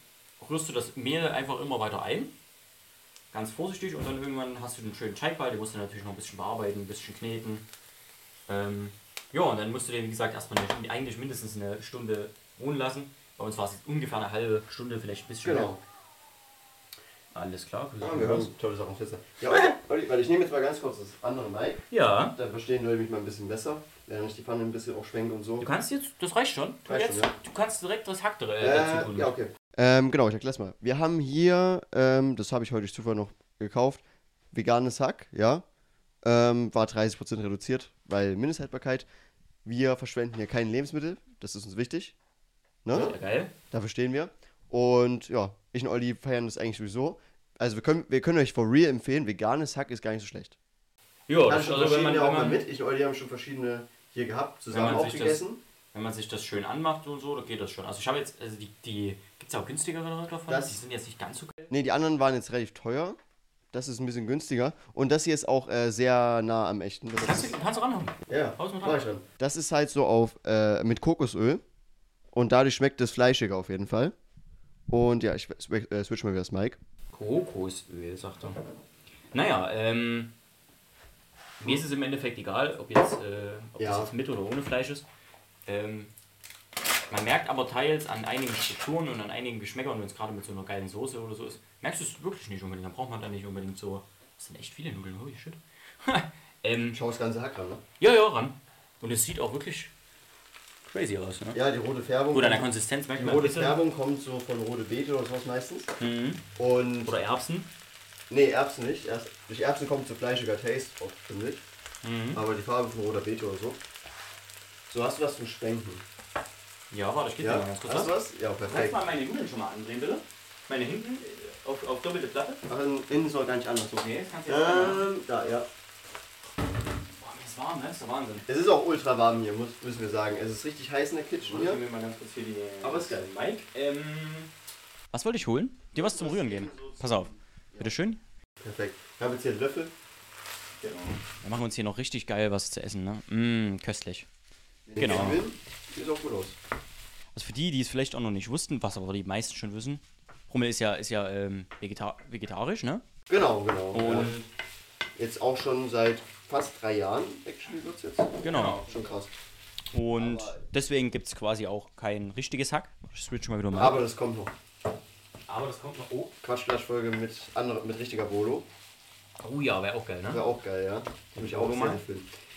[SPEAKER 2] rührst du das Mehl einfach immer weiter ein. Ganz vorsichtig und dann irgendwann hast du den schönen Teigball, den musst du natürlich noch ein bisschen bearbeiten, ein bisschen kneten. Ähm, ja, und dann musst du den, wie gesagt, erstmal eine, eigentlich mindestens eine Stunde ruhen lassen. Bei uns war es jetzt ungefähr eine halbe Stunde, vielleicht ein bisschen
[SPEAKER 1] Genau.
[SPEAKER 2] mehr. Alles klar.
[SPEAKER 1] Ja, wir hören tolle Sachen. Fester. Ja, Olli, weil ich nehme jetzt mal ganz kurz das andere Mic.
[SPEAKER 2] Ja,
[SPEAKER 1] Da verstehen Leute mich mal ein bisschen besser, während ich die Pfanne ein bisschen auch schwenke und so.
[SPEAKER 2] du kannst jetzt, das reicht schon. Du,
[SPEAKER 1] Reicht
[SPEAKER 2] jetzt,
[SPEAKER 1] schon, ja.
[SPEAKER 2] du kannst direkt das Hack äh, dazu
[SPEAKER 1] Äh,
[SPEAKER 2] tun.
[SPEAKER 1] ja, okay. Ähm, genau, ich erklär's mal. Wir haben hier, ähm, das habe ich heute durch Zufall noch gekauft, veganes Hack, ja. Ähm, war 30% reduziert, weil Mindesthaltbarkeit. Wir verschwenden hier kein Lebensmittel, das ist uns wichtig. Ne?
[SPEAKER 2] Ja, geil.
[SPEAKER 1] Dafür stehen wir. Und ja, ich und Olli feiern das eigentlich sowieso. Also wir können, wir können euch for real empfehlen, veganes Hack ist gar nicht so schlecht.
[SPEAKER 2] Ja,
[SPEAKER 1] Ich
[SPEAKER 2] das, also wenn man, wenn, man,
[SPEAKER 1] Ich und Olli haben schon verschiedene hier gehabt,
[SPEAKER 2] Wenn man sich das- wenn man sich das schön anmacht und so, dann geht das schon. Also ich habe jetzt, also die, die gibt es auch günstigere davon,
[SPEAKER 1] Das-
[SPEAKER 2] die sind jetzt nicht ganz so geil.
[SPEAKER 1] Ne, die anderen waren jetzt relativ teuer. Das ist ein bisschen günstiger. Und das hier ist auch äh, sehr nah am echten. Das
[SPEAKER 2] Kannst
[SPEAKER 1] ist,
[SPEAKER 2] du, kannst du ranhauen?
[SPEAKER 1] ja,
[SPEAKER 2] Haus mit mach ran. ich
[SPEAKER 1] das ist halt so auf äh, mit Kokosöl. Und dadurch schmeckt es fleischiger auf jeden Fall. Und ja, ich sw- äh, switch mal wieder das Mic.
[SPEAKER 2] Kokosöl, sagt er. Naja, ähm, mir ist es im Endeffekt egal, ob, jetzt, äh, ob das
[SPEAKER 1] Ja.
[SPEAKER 2] jetzt mit oder ohne Fleisch ist. Ähm, man merkt aber teils an einigen Strukturen und an einigen Geschmäckern, wenn es gerade mit so einer geilen Soße oder so ist, merkst du es wirklich nicht unbedingt. Dann braucht man da nicht unbedingt so. Das sind echt viele Nudeln, holy shit. ähm,
[SPEAKER 1] Ich hau das ganze Hack ran, ne?
[SPEAKER 2] ja, ja, ran. Und es sieht auch wirklich crazy aus, ne?
[SPEAKER 1] Ja, die rote Färbung.
[SPEAKER 2] Gut, an der Konsistenz merkt
[SPEAKER 1] Die
[SPEAKER 2] man
[SPEAKER 1] rote
[SPEAKER 2] ein bisschen.
[SPEAKER 1] Färbung kommt so von rote Beete oder sowas meistens.
[SPEAKER 2] Mhm.
[SPEAKER 1] Und.
[SPEAKER 2] Oder Erbsen.
[SPEAKER 1] Nee, Erbsen nicht. Erst, durch Erbsen kommt so fleischiger Taste oft, finde ich. Aber die Farbe von roter Beete oder so. So, hast du was zum Schwenken?
[SPEAKER 2] Ja, warte, ich gebe dir
[SPEAKER 1] Ja?
[SPEAKER 2] mal ganz kurz
[SPEAKER 1] hast
[SPEAKER 2] was.
[SPEAKER 1] du was? Ja,
[SPEAKER 2] Kannst
[SPEAKER 1] perfekt.
[SPEAKER 2] du mal meine Nudeln schon mal andrehen, bitte? Meine hinten äh, auf, auf doppelte Platte?
[SPEAKER 1] Ach, innen soll gar nicht anders so.
[SPEAKER 2] Nee, das kannst du jetzt einmal machen.
[SPEAKER 1] Ähm, da, ja. Äh.
[SPEAKER 2] Boah, mir ist warm, ne? Das ist der Wahnsinn.
[SPEAKER 1] Es ist auch ultra warm hier, muss, müssen wir sagen. Es ist richtig heiß in der Kitchen
[SPEAKER 2] Ich
[SPEAKER 1] hier.
[SPEAKER 2] mir mal ganz kurz hier die. ähm.
[SPEAKER 1] Aber ist geil.
[SPEAKER 2] Mike, Was wollte ich holen? Dir was zum Rühren geben. Pass auf. Bitteschön.
[SPEAKER 1] Perfekt. Ich habe jetzt hier einen Löffel.
[SPEAKER 2] Genau. Dann machen wir uns hier noch richtig geil was zu essen, ne? Mh, köstlich.
[SPEAKER 1] Den
[SPEAKER 2] Genau.
[SPEAKER 1] ich will. Sieht auch gut aus.
[SPEAKER 2] Also für die, die es vielleicht auch noch nicht wussten, was aber die meisten schon wissen, Rummel ist ja, ist ja ähm, vegeta vegetarisch, ne?
[SPEAKER 1] Genau, genau.
[SPEAKER 2] Und-
[SPEAKER 1] Ja. Jetzt auch schon seit fast drei Jahren. Actually wird's jetzt.
[SPEAKER 2] Genau.
[SPEAKER 1] Schon krass.
[SPEAKER 2] Und
[SPEAKER 1] Aber-
[SPEAKER 2] deswegen gibt es quasi auch kein richtiges Hack. Ich switch mal wieder um. mal.
[SPEAKER 1] Aber das kommt noch.
[SPEAKER 2] aber das kommt noch. Oh,
[SPEAKER 1] Quatschflash-Folge mit, andere- mit richtiger Bolo.
[SPEAKER 2] oh ja, wäre auch geil, ne?
[SPEAKER 1] Wäre auch geil, ja. Hab ich auch
[SPEAKER 2] Bolo mal?
[SPEAKER 1] mal.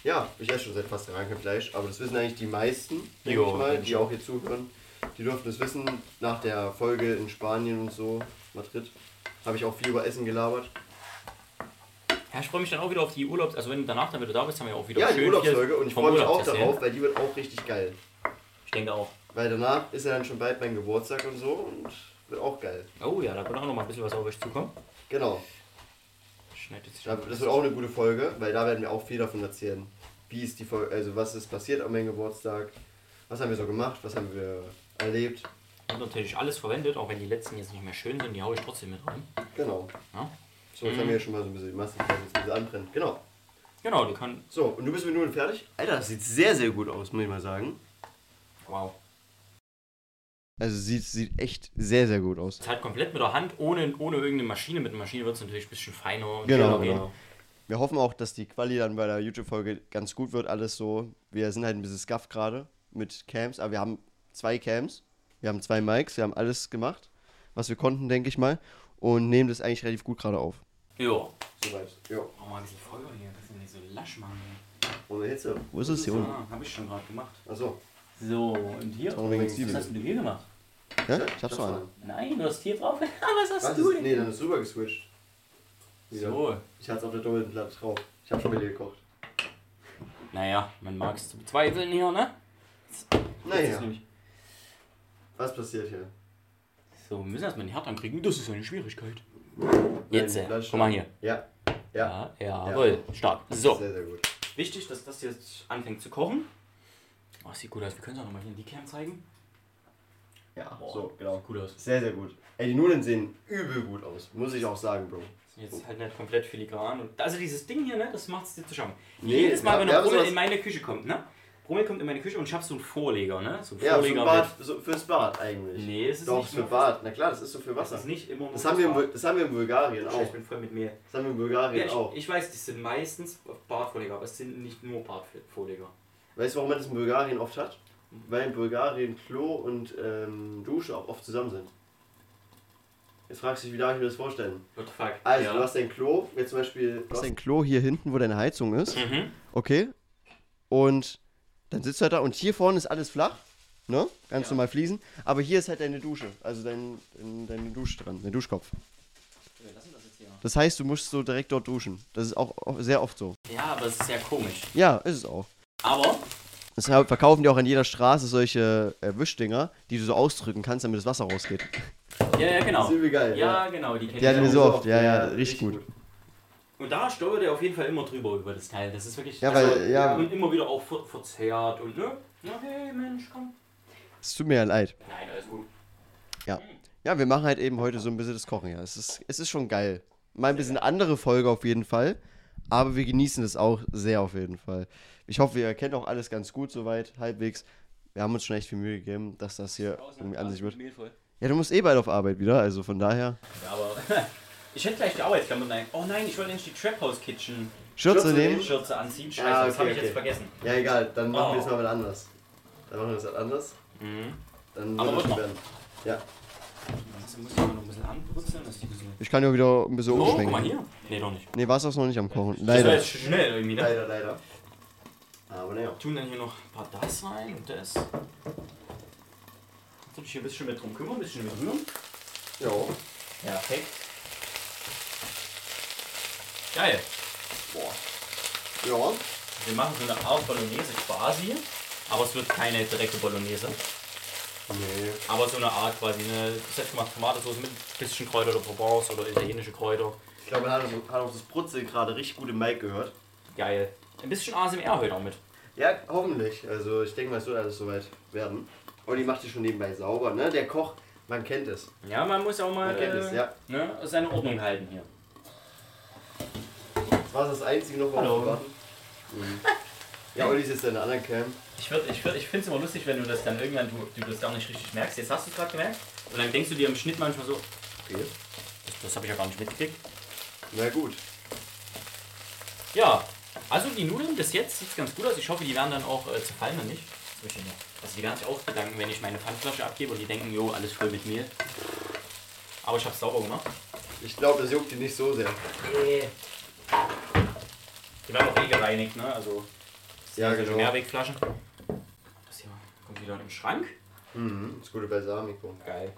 [SPEAKER 1] Ja, ich esse schon seit fast drei Jahren kein Fleisch, aber das wissen eigentlich die meisten, denke
[SPEAKER 2] Jo,
[SPEAKER 1] ich mal,
[SPEAKER 2] denk
[SPEAKER 1] die auch hier zuhören. Die durften es wissen, nach der Folge in Spanien und so, Madrid, habe ich auch viel über Essen gelabert.
[SPEAKER 2] Ja, ich freue mich dann auch wieder auf die Urlaubs... Also wenn du danach dann wieder da bist, haben wir auch wieder
[SPEAKER 1] Ja, die
[SPEAKER 2] viel
[SPEAKER 1] Urlaubsfolge und ich
[SPEAKER 2] vom
[SPEAKER 1] freue mich
[SPEAKER 2] Urlaub
[SPEAKER 1] auch
[SPEAKER 2] zu erzählen.
[SPEAKER 1] darauf, weil die wird auch richtig geil.
[SPEAKER 2] Ich denke auch.
[SPEAKER 1] Weil danach ist ja dann schon bald mein Geburtstag und so und wird auch geil.
[SPEAKER 2] Oh ja, da könnte auch noch mal ein bisschen was auf euch zukommen.
[SPEAKER 1] Genau.
[SPEAKER 2] Schneidet sich
[SPEAKER 1] Da- Das wird auch eine gute Folge, weil da werden wir auch viel davon erzählen. Wie ist die Folge, also was ist passiert an meinem Geburtstag? Was haben wir so gemacht? Was haben wir erlebt?
[SPEAKER 2] Ich habe natürlich alles verwendet, auch wenn die letzten jetzt nicht mehr schön sind, die haue ich trotzdem mit rein. ne?
[SPEAKER 1] Genau.
[SPEAKER 2] Ja?
[SPEAKER 1] So, jetzt haben wir hier schon mal so ein bisschen die Masse, die jetzt ein bisschen anbrennt. Genau.
[SPEAKER 2] Genau, die kann...
[SPEAKER 1] So, und du bist mit Nudeln fertig? Alter, das sieht sehr, sehr gut aus, muss ich mal sagen.
[SPEAKER 2] Wow.
[SPEAKER 1] Also, sieht, sieht echt sehr, sehr gut aus.
[SPEAKER 2] Das halt komplett mit der Hand, ohne, ohne irgendeine Maschine. Mit der Maschine wird es natürlich ein bisschen feiner. Und
[SPEAKER 1] Genau,
[SPEAKER 2] schneller gehen.
[SPEAKER 1] genau. Wir hoffen auch, dass die Quali dann bei der YouTube-Folge ganz gut wird, alles so. Wir sind halt ein bisschen scuff gerade mit Cams, aber wir haben zwei Cams, wir haben zwei Mics, wir haben alles gemacht, was wir konnten, denke ich mal, und nehmen das eigentlich relativ gut gerade auf.
[SPEAKER 2] Ja.
[SPEAKER 1] Soweit, ja.
[SPEAKER 2] Oh, mal ein bisschen Feuer hier. Das ist ja nicht so lasch, Mann.
[SPEAKER 1] Ohne Hitze.
[SPEAKER 2] Wo
[SPEAKER 1] ist es hier unten?
[SPEAKER 2] Ah, habe ich schon gerade gemacht.
[SPEAKER 1] Achso.
[SPEAKER 2] So, und hier?
[SPEAKER 1] Auch wegen Zwiebeln.
[SPEAKER 2] Was hast du hier gemacht?
[SPEAKER 1] Ja, ich hab's noch an.
[SPEAKER 2] Nein, du hast hier drauf. was hast
[SPEAKER 1] Was
[SPEAKER 2] du
[SPEAKER 1] ist,
[SPEAKER 2] denn?
[SPEAKER 1] nee, dann ist rüber geswitcht. Wieder.
[SPEAKER 2] So.
[SPEAKER 1] Ich hatte es auf der doppelten Platte drauf. Ich habe schon mit dir gekocht.
[SPEAKER 2] Naja, man mag es zu bezweifeln hier, ne? Das ist
[SPEAKER 1] Naja,
[SPEAKER 2] nämlich-
[SPEAKER 1] was passiert hier?
[SPEAKER 2] So, wir müssen erstmal den Herd ankriegen. Das ist eine Schwierigkeit.
[SPEAKER 1] Nein,
[SPEAKER 2] Jetzt, äh,
[SPEAKER 1] Fleisch-
[SPEAKER 2] guck mal hier.
[SPEAKER 1] Ja. Ja.
[SPEAKER 2] Ja, jawohl. Stark. So.
[SPEAKER 1] Sehr, sehr gut.
[SPEAKER 2] Wichtig, dass das jetzt anfängt zu kochen. Oh, sieht gut aus. Wir können es auch nochmal hier in die Cam zeigen.
[SPEAKER 1] Ja,
[SPEAKER 2] Boah.
[SPEAKER 1] so, genau.
[SPEAKER 2] Gut aus.
[SPEAKER 1] Sehr, sehr gut. Ey, die Nudeln sehen übel gut aus. Muss ich auch sagen, Bro.
[SPEAKER 2] Sind jetzt halt nicht komplett filigran. Und, also dieses Ding hier, ne, das macht es dir zu schaffen.
[SPEAKER 1] Nee,
[SPEAKER 2] Jedes Mal,
[SPEAKER 1] wir- wir
[SPEAKER 2] wenn der
[SPEAKER 1] haben
[SPEAKER 2] Brummel
[SPEAKER 1] sowas-
[SPEAKER 2] in meine Küche kommt, ne? Brummel kommt in meine Küche und ich hab so einen Vorleger, ne? So einen
[SPEAKER 1] Ja, für
[SPEAKER 2] Vorleger
[SPEAKER 1] Bad, so, fürs Bad eigentlich.
[SPEAKER 2] mit. Nee, es ist
[SPEAKER 1] Doch,
[SPEAKER 2] nicht
[SPEAKER 1] für
[SPEAKER 2] nur-
[SPEAKER 1] Bad. Na klar, das ist so für
[SPEAKER 2] Das
[SPEAKER 1] Wasser.
[SPEAKER 2] ist nicht immer nur
[SPEAKER 1] Das haben, wir in,
[SPEAKER 2] Bad.
[SPEAKER 1] Bul- das haben wir in Bulgarien
[SPEAKER 2] Scheiße, Ich
[SPEAKER 1] auch.
[SPEAKER 2] bin voll mit mir.
[SPEAKER 1] Das haben wir in
[SPEAKER 2] Ja,
[SPEAKER 1] Bulgarien
[SPEAKER 2] ich,
[SPEAKER 1] auch.
[SPEAKER 2] ich weiß, das sind meistens Bartvorleger, aber es sind nicht nur Bartvorleger.
[SPEAKER 1] Weißt du, warum man das in Bulgarien oft hat? Weil in Bulgarien Klo und ähm, Dusche auch oft zusammen sind. Jetzt fragst du dich, wie darf ich mir das vorstellen?
[SPEAKER 2] What the fuck?
[SPEAKER 1] Also,
[SPEAKER 2] ja.
[SPEAKER 1] du hast dein Klo, jetzt zum Beispiel. Du hast dein Klo hier hinten, wo deine Heizung ist.
[SPEAKER 2] Mhm.
[SPEAKER 1] Okay. Und dann sitzt er da und hier vorne ist alles flach. Ne? Ganz
[SPEAKER 2] Ja.
[SPEAKER 1] normal fließen. Aber hier ist halt deine Dusche. Also dein, dein, deine Dusche dran, dein Duschkopf.
[SPEAKER 2] Wir lassen das jetzt hier.
[SPEAKER 1] Das heißt, du musst so direkt dort duschen. Das ist auch auch sehr oft so.
[SPEAKER 2] Ja, aber es ist ja komisch.
[SPEAKER 1] Ja, ist es auch.
[SPEAKER 2] Aber
[SPEAKER 1] Deshalb verkaufen die auch an jeder Straße solche äh, Wischdinger, die du so ausdrücken kannst, damit das Wasser rausgeht.
[SPEAKER 2] Ja, ja, genau.
[SPEAKER 1] Das ist übel geil,
[SPEAKER 2] Ja, genau, die kennt
[SPEAKER 1] Die hatten
[SPEAKER 2] ich
[SPEAKER 1] wir
[SPEAKER 2] auch.
[SPEAKER 1] so oft. Ja, ja, richtig gut.
[SPEAKER 2] Und da steuert er auf jeden Fall immer drüber über das Teil. Das ist wirklich.
[SPEAKER 1] Ja,
[SPEAKER 2] also,
[SPEAKER 1] weil- ja.
[SPEAKER 2] Und immer wieder auch ver verzerrt und ne? Ja, hey, Mensch, komm.
[SPEAKER 1] Es tut mir ja leid.
[SPEAKER 2] Nein, alles gut.
[SPEAKER 1] Ja. Ja, wir machen halt eben heute so ein bisschen das Kochen, ja. Es ist, es ist schon geil. Mal ein bisschen andere Folge auf jeden Fall. Aber wir genießen es auch sehr auf jeden Fall. Ich hoffe, ihr erkennt auch alles ganz gut soweit, halbwegs. Wir haben uns schon echt viel Mühe gegeben, dass das hier irgendwie an sich wird.
[SPEAKER 2] Mehlvoll.
[SPEAKER 1] Ja, du musst eh bald auf Arbeit wieder, also von daher.
[SPEAKER 2] Ja, aber. ich hätte gleich die Arbeitsklamotten ein. Oh nein, ich wollte endlich die Trap House Kitchen
[SPEAKER 1] Schürze, Schürze nehmen.
[SPEAKER 2] Schürze anziehen. Scheiße,
[SPEAKER 1] Ah,
[SPEAKER 2] das
[SPEAKER 1] okay,
[SPEAKER 2] habe ich
[SPEAKER 1] okay.
[SPEAKER 2] jetzt vergessen.
[SPEAKER 1] Ja, egal, dann machen wir
[SPEAKER 2] Oh.
[SPEAKER 1] es mal was anders. Dann machen wir es halt anders. Dann wird
[SPEAKER 2] Aber
[SPEAKER 1] das
[SPEAKER 2] wird
[SPEAKER 1] schon
[SPEAKER 2] noch.
[SPEAKER 1] werden. Ja.
[SPEAKER 2] Das muss ich aber noch ein bisschen anbrutzeln, dass die ein bisschen.
[SPEAKER 1] Ich kann ja wieder ein bisschen
[SPEAKER 2] Oh, guck mal
[SPEAKER 1] umschwenken.
[SPEAKER 2] hier. Nee, doch nicht.
[SPEAKER 1] Nee, war es auch noch nicht am Kochen.
[SPEAKER 2] Das war
[SPEAKER 1] Leider.
[SPEAKER 2] jetzt schnell irgendwie, ne?
[SPEAKER 1] Leider, leider. Aber naja.
[SPEAKER 2] tun dann hier noch ein paar das rein und das. Kannst du dich hier ein bisschen mit drum kümmern, ein bisschen mit rühren?
[SPEAKER 1] Jo.
[SPEAKER 2] Perfekt. Geil.
[SPEAKER 1] Boah. Ja.
[SPEAKER 2] Wir machen so eine Art Bolognese quasi, aber es wird keine direkte Bolognese.
[SPEAKER 1] Nee.
[SPEAKER 2] Aber so eine Art quasi, eine selbstgemachte Tomatensauce mit ein bisschen Kräuter oder Provence oder italienische Kräuter.
[SPEAKER 1] Ich glaube, man hat, auch- hat auch das Brutzel gerade richtig gut im Mic gehört.
[SPEAKER 2] Geil. Ein bisschen ASMR heute auch mit.
[SPEAKER 1] Ja, hoffentlich. Also ich denke mal, es wird alles soweit werden. Olli macht die schon nebenbei sauber, ne? Der Koch, man kennt es.
[SPEAKER 2] Ja, man muss auch mal
[SPEAKER 1] Man kennt es,
[SPEAKER 2] äh,
[SPEAKER 1] ja.
[SPEAKER 2] ne, seine Ordnung halten hier.
[SPEAKER 1] Das war das Einzige noch,
[SPEAKER 2] Hallo.
[SPEAKER 1] worauf wir warten. Mhm. Ja, Olli ist jetzt in der anderen Cam.
[SPEAKER 2] Ich, würd- ich, würd- ich finde es immer lustig, wenn du das dann irgendwann, du, du das gar nicht richtig merkst. Jetzt hast du es gerade gemerkt. Und dann denkst du dir im Schnitt manchmal so,
[SPEAKER 1] Okay.
[SPEAKER 2] das, das habe ich ja gar nicht mitgekriegt.
[SPEAKER 1] Na gut.
[SPEAKER 2] Ja, also die Nudeln bis jetzt sieht ganz gut aus. Ich hoffe, die werden dann auch äh, zerfallen oder nicht. Das möchte ich nicht. Also die werden sich auch bedanken, wenn ich meine Pfandflasche abgebe und die denken, jo, alles voll mit Mehl. Aber ich habe es sauber gemacht.
[SPEAKER 1] Ich glaube, das juckt ihn nicht so sehr.
[SPEAKER 2] Die werden auch eh gereinigt, ne? Also das sind
[SPEAKER 1] Ja,
[SPEAKER 2] solche
[SPEAKER 1] genau.
[SPEAKER 2] Mehrwegflaschen. Das hier kommt wieder in den Schrank.
[SPEAKER 1] Mhm. Das gute Balsamico.
[SPEAKER 2] Geil.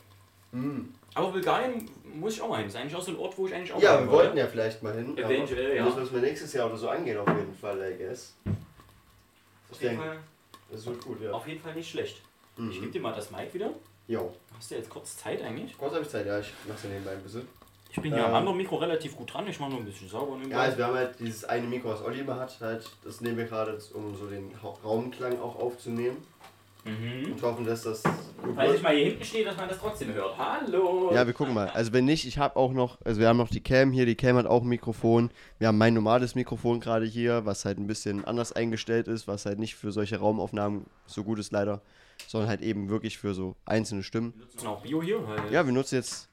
[SPEAKER 1] Mhm.
[SPEAKER 2] Aber Bulgarien muss ich auch mal hin. Das ist eigentlich auch so ein Ort, wo ich eigentlich auch mal
[SPEAKER 1] Ja,
[SPEAKER 2] hin
[SPEAKER 1] wir
[SPEAKER 2] wollte.
[SPEAKER 1] wollten ja vielleicht mal hin. aber
[SPEAKER 2] Eventuell, ja.
[SPEAKER 1] Das müssen wir nächstes Jahr oder so angehen, auf jeden Fall, I guess.
[SPEAKER 2] Auf jeden,
[SPEAKER 1] denke,
[SPEAKER 2] Fall,
[SPEAKER 1] Das wird gut, ja.
[SPEAKER 2] auf jeden Fall nicht schlecht. Ich gebe
[SPEAKER 1] Mhm.
[SPEAKER 2] dir mal das Mic wieder.
[SPEAKER 1] Jo.
[SPEAKER 2] Hast du jetzt kurz Zeit eigentlich?
[SPEAKER 1] Kurz habe ich Zeit, ja. Ich mach's ja nebenbei ein bisschen.
[SPEAKER 2] Ich bin hier am
[SPEAKER 1] Ähm.
[SPEAKER 2] anderen Mikro relativ gut dran. Ich mache nur ein bisschen sauber.
[SPEAKER 1] Ja, also wir haben halt dieses eine Mikro, was Olli immer hat, halt, das nehmen wir gerade, um so den Ha- Raumklang auch aufzunehmen
[SPEAKER 2] mhm.
[SPEAKER 1] und hoffen, dass das gut
[SPEAKER 2] Falls ich
[SPEAKER 1] wird.
[SPEAKER 2] mal hier hinten stehe, dass man das trotzdem hört. Hallo!
[SPEAKER 1] Ja, wir gucken mal. Also wenn nicht, ich habe auch noch, also wir haben noch die Cam hier, die Cam hat auch ein Mikrofon. Wir haben mein normales Mikrofon gerade hier, was halt ein bisschen anders eingestellt ist, was halt nicht für solche Raumaufnahmen so gut ist leider, sondern halt eben wirklich für so einzelne Stimmen.
[SPEAKER 2] Wir nutzen auch Bio hier. Weil
[SPEAKER 1] Ja, wir nutzen jetzt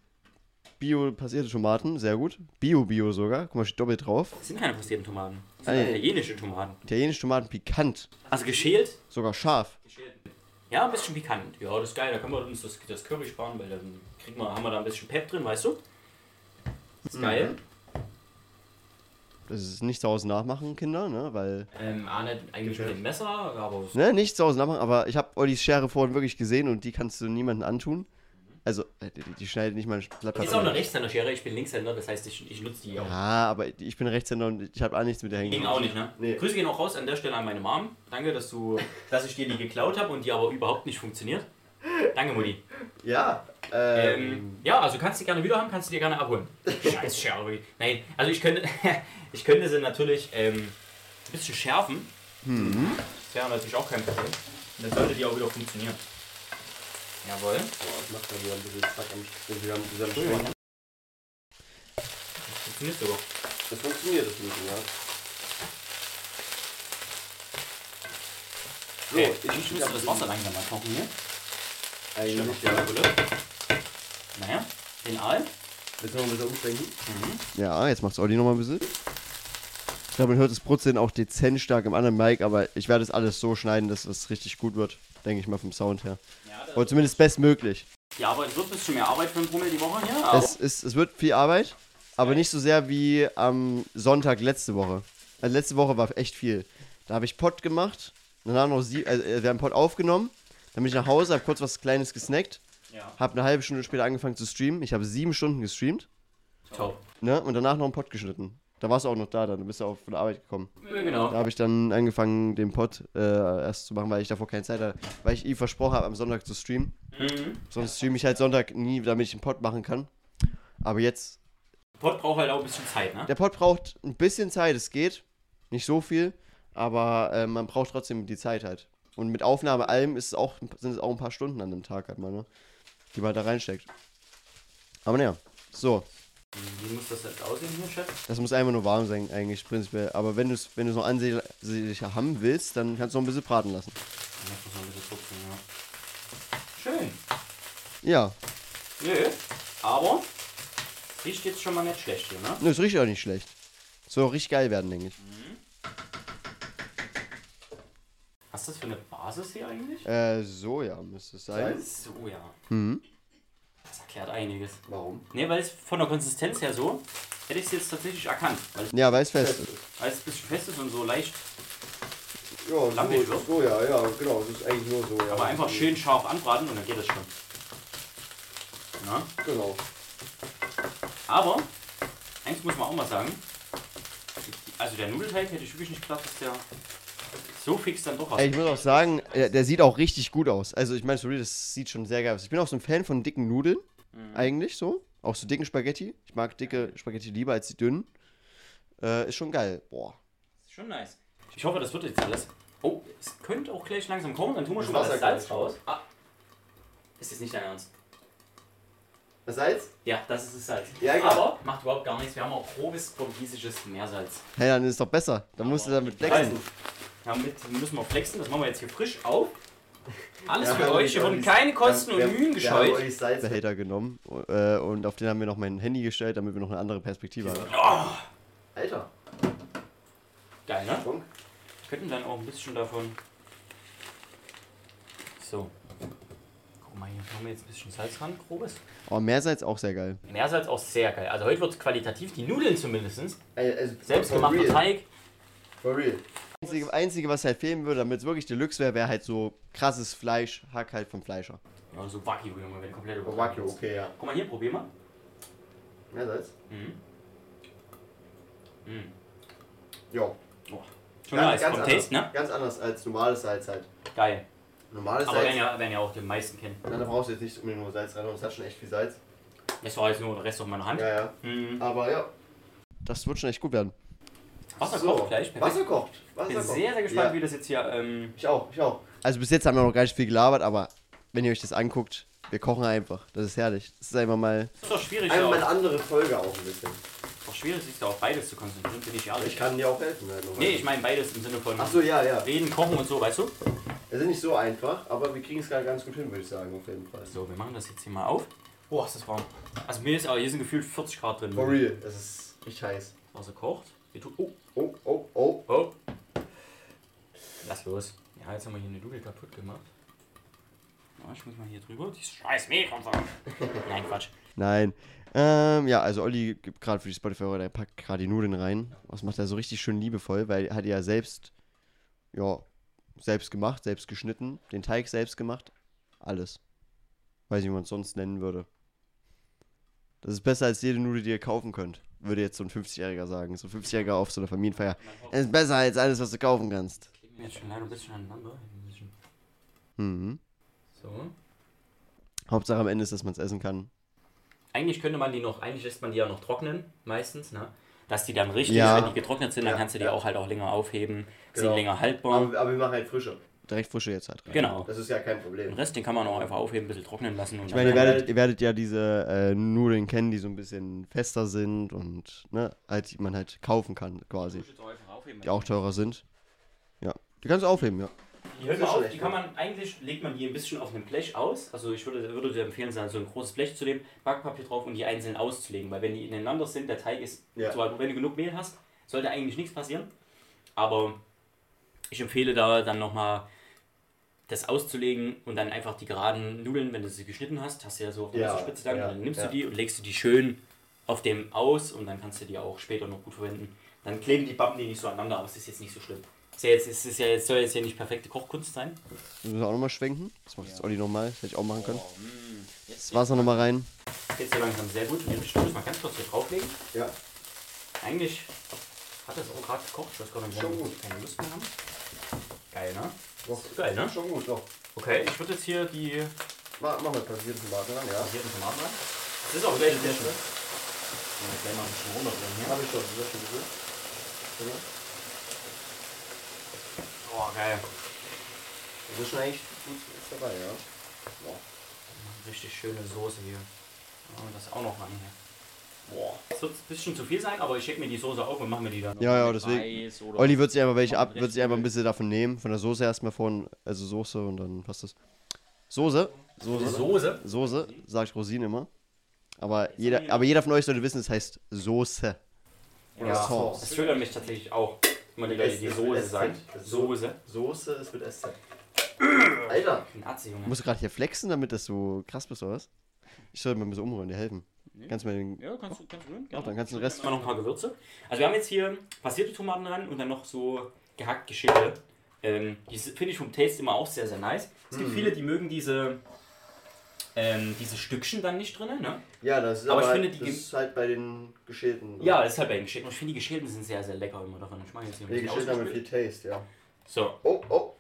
[SPEAKER 1] bio-passierte Tomaten, sehr gut. Bio-Bio sogar, guck mal, steht doppelt drauf.
[SPEAKER 2] Das sind keine passierten Tomaten. Das
[SPEAKER 1] Ah,
[SPEAKER 2] sind
[SPEAKER 1] ja.
[SPEAKER 2] italienische Tomaten.
[SPEAKER 1] Italienische Tomaten pikant,
[SPEAKER 2] Also geschält.
[SPEAKER 1] sogar scharf.
[SPEAKER 2] Ja, ein bisschen pikant. Ja, das ist geil. Da können wir uns das, das Curry sparen, weil dann kriegen wir, haben wir da ein bisschen Pep drin, weißt du? Das
[SPEAKER 1] Mhm.
[SPEAKER 2] ist geil.
[SPEAKER 1] Das ist nicht zu Hause nachmachen, Kinder, ne, weil...
[SPEAKER 2] Ähm, Arne eigentlich mit dem Messer, aber es
[SPEAKER 1] Ne, nicht zu Hause nachmachen, aber ich habe Ollis Schere vorhin wirklich gesehen und die kannst du niemandem antun. Also, äh, die, die schneidet nicht mal ein Blatt
[SPEAKER 2] ist auch eine
[SPEAKER 1] Papier.
[SPEAKER 2] Rechtshänder-Schere. Ich bin Linkshänder, das heißt, ich, ich nutze die auch.
[SPEAKER 1] Ja, aber ich bin Rechtshänder und ich habe auch nichts mit der
[SPEAKER 2] Ging
[SPEAKER 1] Hängen.
[SPEAKER 2] auch nicht, ne?
[SPEAKER 1] Nee.
[SPEAKER 2] Grüße gehen auch raus an der Stelle an meine Mom. Danke, dass du, dass ich dir die geklaut habe und die aber überhaupt nicht funktioniert. Danke, Mutti.
[SPEAKER 1] Ja, äh,
[SPEAKER 2] Ähm, ja, also kannst du die gerne wieder haben, kannst du dir gerne abholen. Scheiß Schere. wirklich. Nein, also ich könnte, ich könnte sie natürlich ähm, ein bisschen schärfen. Mhm. Das wäre natürlich auch kein Problem. Und Dann sollte die auch wieder funktionieren.
[SPEAKER 3] Jawohl.
[SPEAKER 1] Boah, das macht man wieder ein bisschen Zack am Sch- wir haben zusammen
[SPEAKER 3] Entschuldigung.
[SPEAKER 1] Schwenk.
[SPEAKER 3] Das funktioniert sogar.
[SPEAKER 1] Das funktioniert das bisschen, ja. So,
[SPEAKER 3] Okay,
[SPEAKER 1] ich
[SPEAKER 2] Ich müsste das Wasser langsam mal ne? kochen hier.
[SPEAKER 1] Eigentlich, ja.
[SPEAKER 3] Ja.
[SPEAKER 2] Naja, den Aal.
[SPEAKER 1] Willst du noch ein bisschen umschwenken?
[SPEAKER 2] Mhm.
[SPEAKER 1] Ja, jetzt macht's Olli nochmal ein bisschen. Ich glaube, man hört das Brutzeln auch dezent stark im anderen Mic, aber ich werde es alles so schneiden, dass es richtig gut wird, denke ich mal vom Sound her.
[SPEAKER 2] Ja, das-
[SPEAKER 1] Oder zumindest bestmöglich.
[SPEAKER 2] die Arbeit wird ein bisschen mehr Arbeit für den Brummel die Woche hier, aber
[SPEAKER 1] Es, ist, es wird viel Arbeit, aber nicht so sehr wie am Sonntag letzte Woche. Also letzte Woche war echt viel. Da habe ich Pott gemacht, danach noch sie, also äh, wir haben Pott aufgenommen, dann bin ich nach Hause, habe kurz was Kleines gesnackt,
[SPEAKER 2] ja.
[SPEAKER 1] habe eine halbe Stunde später angefangen zu streamen. Ich habe sieben Stunden gestreamt,
[SPEAKER 2] top.
[SPEAKER 1] ne? Und danach noch einen Pott geschnitten. Da warst du auch noch da, dann bist du auch von der Arbeit gekommen.
[SPEAKER 2] Ja, genau.
[SPEAKER 1] Da habe ich dann angefangen, den Pod äh, erst zu machen, weil ich davor keine Zeit hatte. Weil ich ihm versprochen habe, am Sonntag zu streamen.
[SPEAKER 2] Mhm.
[SPEAKER 1] Sonst streame ich halt Sonntag nie, damit ich einen Pod machen kann. Aber jetzt,
[SPEAKER 2] Pott braucht halt auch ein bisschen Zeit, ne?
[SPEAKER 1] der Pod braucht ein bisschen Zeit, es geht. Nicht so viel, aber äh, man braucht trotzdem die Zeit halt. Und mit Aufnahme allem ist es auch, sind es auch ein paar Stunden an dem Tag halt mal, ne? Die man da reinsteckt. Aber naja, so.
[SPEAKER 2] Wie muss das jetzt aussehen hier, Chef?
[SPEAKER 1] Das muss einfach nur warm sein, eigentlich, prinzipiell. Aber wenn du es wenn du's noch ansehnlicher haben willst, dann kannst du noch ein bisschen braten lassen.
[SPEAKER 2] Ich muss das noch ein bisschen tupfen, ja. Schön.
[SPEAKER 1] Ja,
[SPEAKER 2] Nö. Aber riecht jetzt schon mal nicht schlecht hier, ne?
[SPEAKER 1] Ne, es riecht auch nicht schlecht. Soll auch richtig geil werden, denke ich.
[SPEAKER 2] Was ist das für eine Basis hier eigentlich?
[SPEAKER 1] Äh, Soja müsste es sein.
[SPEAKER 2] So, ja.
[SPEAKER 1] Mhm.
[SPEAKER 2] Das erklärt einiges.
[SPEAKER 1] Warum?
[SPEAKER 2] Ne, weil es von der Konsistenz her so, hätte ich es jetzt tatsächlich erkannt. Weil es,
[SPEAKER 1] Ja, weil es fest ist.
[SPEAKER 2] weil es ein bisschen fest ist und so leicht,
[SPEAKER 1] Ja,
[SPEAKER 2] Lammig, so- oder?
[SPEAKER 1] Soja, ja, genau. Das ist eigentlich nur Soja.
[SPEAKER 2] aber einfach schön scharf anbraten und dann geht das schon. Na?
[SPEAKER 1] Genau.
[SPEAKER 2] Aber, eins muss man auch mal sagen, also der Nudelteig hätte ich wirklich nicht gedacht, dass der so fix dann doch was.
[SPEAKER 1] Ey, ich muss auch sagen, äh, der, der sieht auch richtig gut aus. Also, ich meine, sorry, das sieht schon sehr geil aus. Ich bin auch so ein Fan von dicken Nudeln.
[SPEAKER 2] Mhm.
[SPEAKER 1] Eigentlich so. Auch so dicken Spaghetti. Ich mag dicke Spaghetti lieber als die dünnen. Äh, ist schon geil. Boah.
[SPEAKER 3] Ist schon nice.
[SPEAKER 2] Ich hoffe, das wird jetzt alles. Oh, es könnte auch gleich langsam kommen, dann tun wir
[SPEAKER 1] Das
[SPEAKER 2] schon mal das
[SPEAKER 1] Wasser
[SPEAKER 2] Salz
[SPEAKER 1] kommt.
[SPEAKER 2] raus. Ah, ist jetzt nicht dein Ernst.
[SPEAKER 1] Das Salz?
[SPEAKER 2] Ja, das ist das Salz.
[SPEAKER 1] Ja, egal.
[SPEAKER 2] Aber macht überhaupt gar nichts. Wir haben auch grobes portugiesisches Meersalz.
[SPEAKER 1] Hey, dann ist es doch besser. Dann musst du damit flexen.
[SPEAKER 2] Nein. Damit müssen wir flexen. Das machen wir jetzt hier frisch auf. Alles
[SPEAKER 1] Ja,
[SPEAKER 2] für
[SPEAKER 1] haben
[SPEAKER 2] euch.
[SPEAKER 1] wir
[SPEAKER 2] Hier wurden
[SPEAKER 1] die-
[SPEAKER 2] keine Kosten und Mühen gescheut.
[SPEAKER 1] Behälter genommen äh, und auf den haben wir noch mein Handy gestellt, damit wir noch eine andere Perspektive haben.
[SPEAKER 4] Alter,
[SPEAKER 2] Geil, ne?
[SPEAKER 4] Funk.
[SPEAKER 2] Könnten dann auch ein bisschen davon. So. Guck mal, hier haben wir jetzt ein bisschen Salz ran, grobes.
[SPEAKER 1] Oh, Meersalz auch sehr geil.
[SPEAKER 2] Meersalz auch sehr geil. Also heute wird qualitativ, die Nudeln zumindest.
[SPEAKER 4] Ey, Also,
[SPEAKER 2] Selbstgemachter
[SPEAKER 4] for real,
[SPEAKER 2] Teig.
[SPEAKER 4] For real.
[SPEAKER 1] Einzige, einzige, was halt fehlen würde, damit es wirklich Deluxe wäre, wäre halt so krasses Fleisch, Hack halt vom Fleischer.
[SPEAKER 2] Ja, so Wagyu, Junge, wenn komplett
[SPEAKER 4] Oh, Wagyu, okay, ja.
[SPEAKER 2] Guck mal hier, probier mal.
[SPEAKER 4] Mehr Salz?
[SPEAKER 2] Mhm. Mhm.
[SPEAKER 4] Jo.
[SPEAKER 2] Boah. Schon nice. Vom
[SPEAKER 4] anders.
[SPEAKER 2] Taste, ne?
[SPEAKER 4] Ganz anders als normales Salz halt.
[SPEAKER 2] Geil.
[SPEAKER 4] Normales
[SPEAKER 2] Aber
[SPEAKER 4] Salz,
[SPEAKER 2] werden ja, werden ja auch die meisten kennen.
[SPEAKER 4] na, da brauchst du jetzt nicht unbedingt nur Salz rein, und es hat schon echt viel Salz.
[SPEAKER 2] Das war jetzt nur der Rest auf meiner Hand.
[SPEAKER 4] Ja, ja.
[SPEAKER 2] Mhm.
[SPEAKER 4] Aber ja.
[SPEAKER 1] Das wird schon echt gut werden.
[SPEAKER 2] Wasser
[SPEAKER 4] So.
[SPEAKER 2] kocht gleich. Perfekt.
[SPEAKER 4] Wasser kocht. Wasser
[SPEAKER 2] Ich bin
[SPEAKER 4] kocht.
[SPEAKER 2] sehr, sehr gespannt,
[SPEAKER 4] Ja.
[SPEAKER 2] wie das jetzt hier. Ähm,
[SPEAKER 4] Ich auch, ich auch.
[SPEAKER 1] Also bis jetzt haben wir noch gar nicht viel gelabert, aber wenn ihr euch das anguckt, wir kochen einfach. Das ist herrlich. Das ist einfach mal.
[SPEAKER 2] ist doch schwierig, ja
[SPEAKER 4] Einmal eine
[SPEAKER 2] auch,
[SPEAKER 4] andere Folge auch ein bisschen.
[SPEAKER 2] auch schwierig, sich da auf beides zu konzentrieren, bin ich ehrlich.
[SPEAKER 4] Ich kann dir auch helfen. Halt noch
[SPEAKER 2] Nee, ich meine beides im Sinne von
[SPEAKER 4] Achso, ja, ja.
[SPEAKER 2] reden, kochen und so, weißt du?
[SPEAKER 4] Es ist nicht so einfach, aber wir kriegen es gerade ganz gut hin, würde ich sagen, auf jeden Fall.
[SPEAKER 2] So, wir machen das jetzt hier mal auf.
[SPEAKER 4] Oh,
[SPEAKER 2] Boah, ist das warm. Also mir ist aber hier sind gefühlt 40 Grad drin.
[SPEAKER 4] For real. Es ist richtig heiß.
[SPEAKER 2] Wasser kocht. Wir tun. Oh,
[SPEAKER 4] Oh, oh, oh.
[SPEAKER 2] oh. Lass los. Ja, jetzt haben wir hier eine Nudel kaputt gemacht. Ja, ich muss mal hier drüber. Die scheiß Milch kommt an. Nein, Quatsch.
[SPEAKER 1] Nein. Ähm, ja, also Olli gibt gerade für die spotify hörer der packt gerade die Nudeln rein. Das macht er so richtig schön liebevoll, weil er hat ja selbst, ja, selbst gemacht, selbst geschnitten, den Teig selbst gemacht. Alles. Weiß nicht, wie man es sonst nennen würde. Das ist besser als jede Nudel, die ihr kaufen könnt, würde jetzt so ein 50-Jähriger sagen. So ein 50-Jähriger auf so einer Familienfeier. Es ist besser als alles, was du kaufen kannst.
[SPEAKER 2] Kleben wir jetzt schon leider ein bisschen aneinander. Ein bisschen.
[SPEAKER 1] Mhm.
[SPEAKER 2] So.
[SPEAKER 1] Hauptsache am Ende ist, dass man es essen kann.
[SPEAKER 2] Eigentlich könnte man die noch, eigentlich lässt man die ja noch trocknen, meistens, ne? Dass die dann richtig,
[SPEAKER 1] Ja.
[SPEAKER 2] wenn die getrocknet sind, dann
[SPEAKER 4] Ja,
[SPEAKER 2] kannst du die
[SPEAKER 4] ja.
[SPEAKER 2] auch halt auch länger aufheben, sind
[SPEAKER 4] Genau.
[SPEAKER 2] länger haltbar.
[SPEAKER 4] Aber, aber wir machen halt frische.
[SPEAKER 1] direkt frische jetzt halt rein.
[SPEAKER 2] Genau.
[SPEAKER 4] Das ist ja kein Problem.
[SPEAKER 2] Den Rest, den kann man auch einfach aufheben, ein bisschen trocknen lassen. Und
[SPEAKER 1] Ich meine, ihr werdet, ihr werdet ja diese äh, Nudeln kennen, die so ein bisschen fester sind und ne, halt, die man halt kaufen kann quasi, die auch teurer sind. Ja, die kannst du aufheben, ja.
[SPEAKER 2] Die hört man auf, die kann man, eigentlich legt man die ein bisschen auf einem Blech aus. Also ich würde, würde dir empfehlen, so ein großes Blech zu nehmen, Backpapier drauf und die einzeln auszulegen. Weil wenn die ineinander sind, der Teig ist,
[SPEAKER 4] Ja.
[SPEAKER 2] so, wenn du genug Mehl hast, sollte eigentlich nichts passieren. Aber ich empfehle da dann nochmal das auszulegen und dann einfach die geraden Nudeln, wenn du sie geschnitten hast, hast du ja so auf der
[SPEAKER 4] Ja,
[SPEAKER 2] Messerspitze dann,
[SPEAKER 4] ja,
[SPEAKER 2] dann nimmst
[SPEAKER 4] ja.
[SPEAKER 2] du die und legst du die schön auf dem aus und dann kannst du die auch später noch gut verwenden. Dann kleben die Bappen die nicht so aneinander, aber es ist jetzt nicht so schlimm. Ist ja jetzt, es ist ja, jetzt soll jetzt ja nicht perfekte Kochkunst sein.
[SPEAKER 1] Das müssen wir auch nochmal schwenken. Das macht jetzt Olli nochmal, das hätte ich auch machen können.
[SPEAKER 2] Jetzt
[SPEAKER 1] Das Wasser nochmal rein.
[SPEAKER 2] geht ja langsam sehr gut. Den Stuhl müssen wir ganz kurz hier drauflegen.
[SPEAKER 4] Ja.
[SPEAKER 2] Eigentlich hat das auch gerade gekocht. Ich weiß gar nicht, warum wir keine Lust mehr haben. Geil, ne?
[SPEAKER 4] Doch.
[SPEAKER 2] Geil, ne?
[SPEAKER 4] Schon gut, doch.
[SPEAKER 2] Okay, ich würde jetzt hier die
[SPEAKER 4] Mach, mach mal passierten Tomaten ran, ja.
[SPEAKER 2] passierten Tomaten rein. Das ist auch gleich ein bisschen. Ja, gleich mal ein bisschen runterbringen hier.
[SPEAKER 4] Hab ich schon, das ist schon gut.
[SPEAKER 2] Oh, geil.
[SPEAKER 4] Das ist schon eigentlich gut ist dabei, ja.
[SPEAKER 2] Richtig schöne Soße hier. Machen wir das auch noch rein hier. Boah, das wird ein bisschen zu viel sein, aber ich schicke mir die Soße auf und machen wir die dann.
[SPEAKER 1] Ja, ja, deswegen.
[SPEAKER 5] Weiß oder
[SPEAKER 1] Olli wird sich einfach welche ab,
[SPEAKER 5] Recht
[SPEAKER 1] wird sich einfach ein bisschen davon nehmen. Von der Soße erstmal von, also Soße und dann passt das. Soße,
[SPEAKER 2] Die
[SPEAKER 1] Soße,
[SPEAKER 2] Soße.
[SPEAKER 1] Soße, sag ich Rosine immer. Aber jeder, aber jeder von euch sollte wissen, es heißt Soße.
[SPEAKER 2] Ja,
[SPEAKER 1] Sauce.
[SPEAKER 2] das triggert mich tatsächlich auch. Immer die Leute, die
[SPEAKER 4] Es- es-
[SPEAKER 2] Soße
[SPEAKER 4] es-
[SPEAKER 2] sagen.
[SPEAKER 4] es-
[SPEAKER 2] Soße.
[SPEAKER 4] Soße ist mit SZ. Alter,
[SPEAKER 2] Ein Atze, Junge.
[SPEAKER 1] Musst du gerade hier flexen, damit das so krass bist, oder was? Ich sollte mal ein bisschen umrühren, dir helfen.
[SPEAKER 5] Nee.
[SPEAKER 1] Kannst du mir den.
[SPEAKER 5] Ja, genau. kannst du kannst du rühren.
[SPEAKER 1] Ach,
[SPEAKER 5] gerne.
[SPEAKER 1] dann kannst du den Rest.
[SPEAKER 2] Immer noch ein paar Gewürze. Also wir haben jetzt hier passierte Tomaten ran und dann noch so gehackt geschälte. Ähm, die s- finde ich vom Taste immer auch sehr, sehr nice. Es
[SPEAKER 4] Mhm.
[SPEAKER 2] gibt viele, die mögen diese, ähm, diese Stückchen dann nicht drin. Ne?
[SPEAKER 4] ja, das ist
[SPEAKER 2] Aber
[SPEAKER 4] aber,
[SPEAKER 2] ich finde, die
[SPEAKER 4] das
[SPEAKER 2] gem-
[SPEAKER 4] ist halt bei den geschälten.
[SPEAKER 2] Ja, das ist halt bei den Geschälten. Ich finde, die Geschälten sind sehr, sehr lecker immer davon. Ich mache jetzt hier ein
[SPEAKER 4] Die
[SPEAKER 2] bisschen
[SPEAKER 4] geschälten haben
[SPEAKER 2] ausgespült.
[SPEAKER 4] viel Taste, ja.
[SPEAKER 2] So.
[SPEAKER 4] Oh, oh.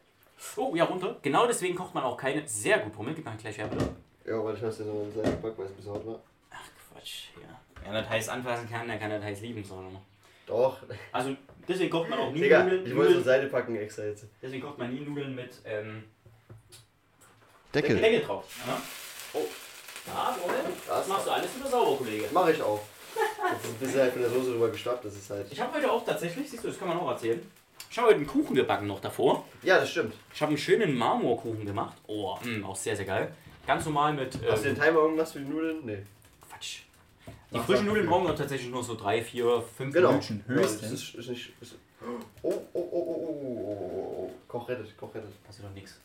[SPEAKER 2] Oh, ja, runter. Genau deswegen kocht man auch keine sehr gut Pommes. Gib mal gleich her, bitte.
[SPEAKER 4] Ja, weil ich hab's ja so mit seinem Back, weil es bis heute war.
[SPEAKER 2] Ach, Quatsch. Ja. Wer das heiß anfassen kann, der kann das heiß lieben. So.
[SPEAKER 4] Doch.
[SPEAKER 2] Also deswegen kocht man auch nie
[SPEAKER 4] Digga,
[SPEAKER 2] Nudeln.
[SPEAKER 4] ich wollte so
[SPEAKER 2] Nudeln.
[SPEAKER 4] Seite packen extra jetzt.
[SPEAKER 2] Deswegen kocht man nie Nudeln mit... Ähm,
[SPEAKER 1] Deckel.
[SPEAKER 2] Deckel drauf. Ja. Oh. Ja, Leute, das machst du alles wieder sauber, Kollege.
[SPEAKER 4] Mach ich auch. Das ist ein bisschen halt von der Soße drüber gestappt, das ist halt.
[SPEAKER 2] Ich habe heute auch tatsächlich, siehst du, das kann man auch erzählen. Ich habe heute einen Kuchen gebacken noch davor.
[SPEAKER 4] Ja, das stimmt.
[SPEAKER 2] Ich habe einen schönen Marmorkuchen gemacht. Oh, mh, auch sehr, sehr geil. Ganz normal mit.
[SPEAKER 4] Hast du
[SPEAKER 2] Ähm,
[SPEAKER 4] den Timer irgendwas für die Nudeln? Nee.
[SPEAKER 2] Quatsch. Die frischen Nudeln brauchen wir tatsächlich nur so 3, 4, 5
[SPEAKER 4] Genau.
[SPEAKER 2] Minuten
[SPEAKER 4] Ja, das
[SPEAKER 2] höchstens.
[SPEAKER 4] ist, ist nicht. Ist, oh, oh, oh, oh, oh, oh, oh, oh. Koch rettet, Koch rettet.
[SPEAKER 2] Hast du doch nichts.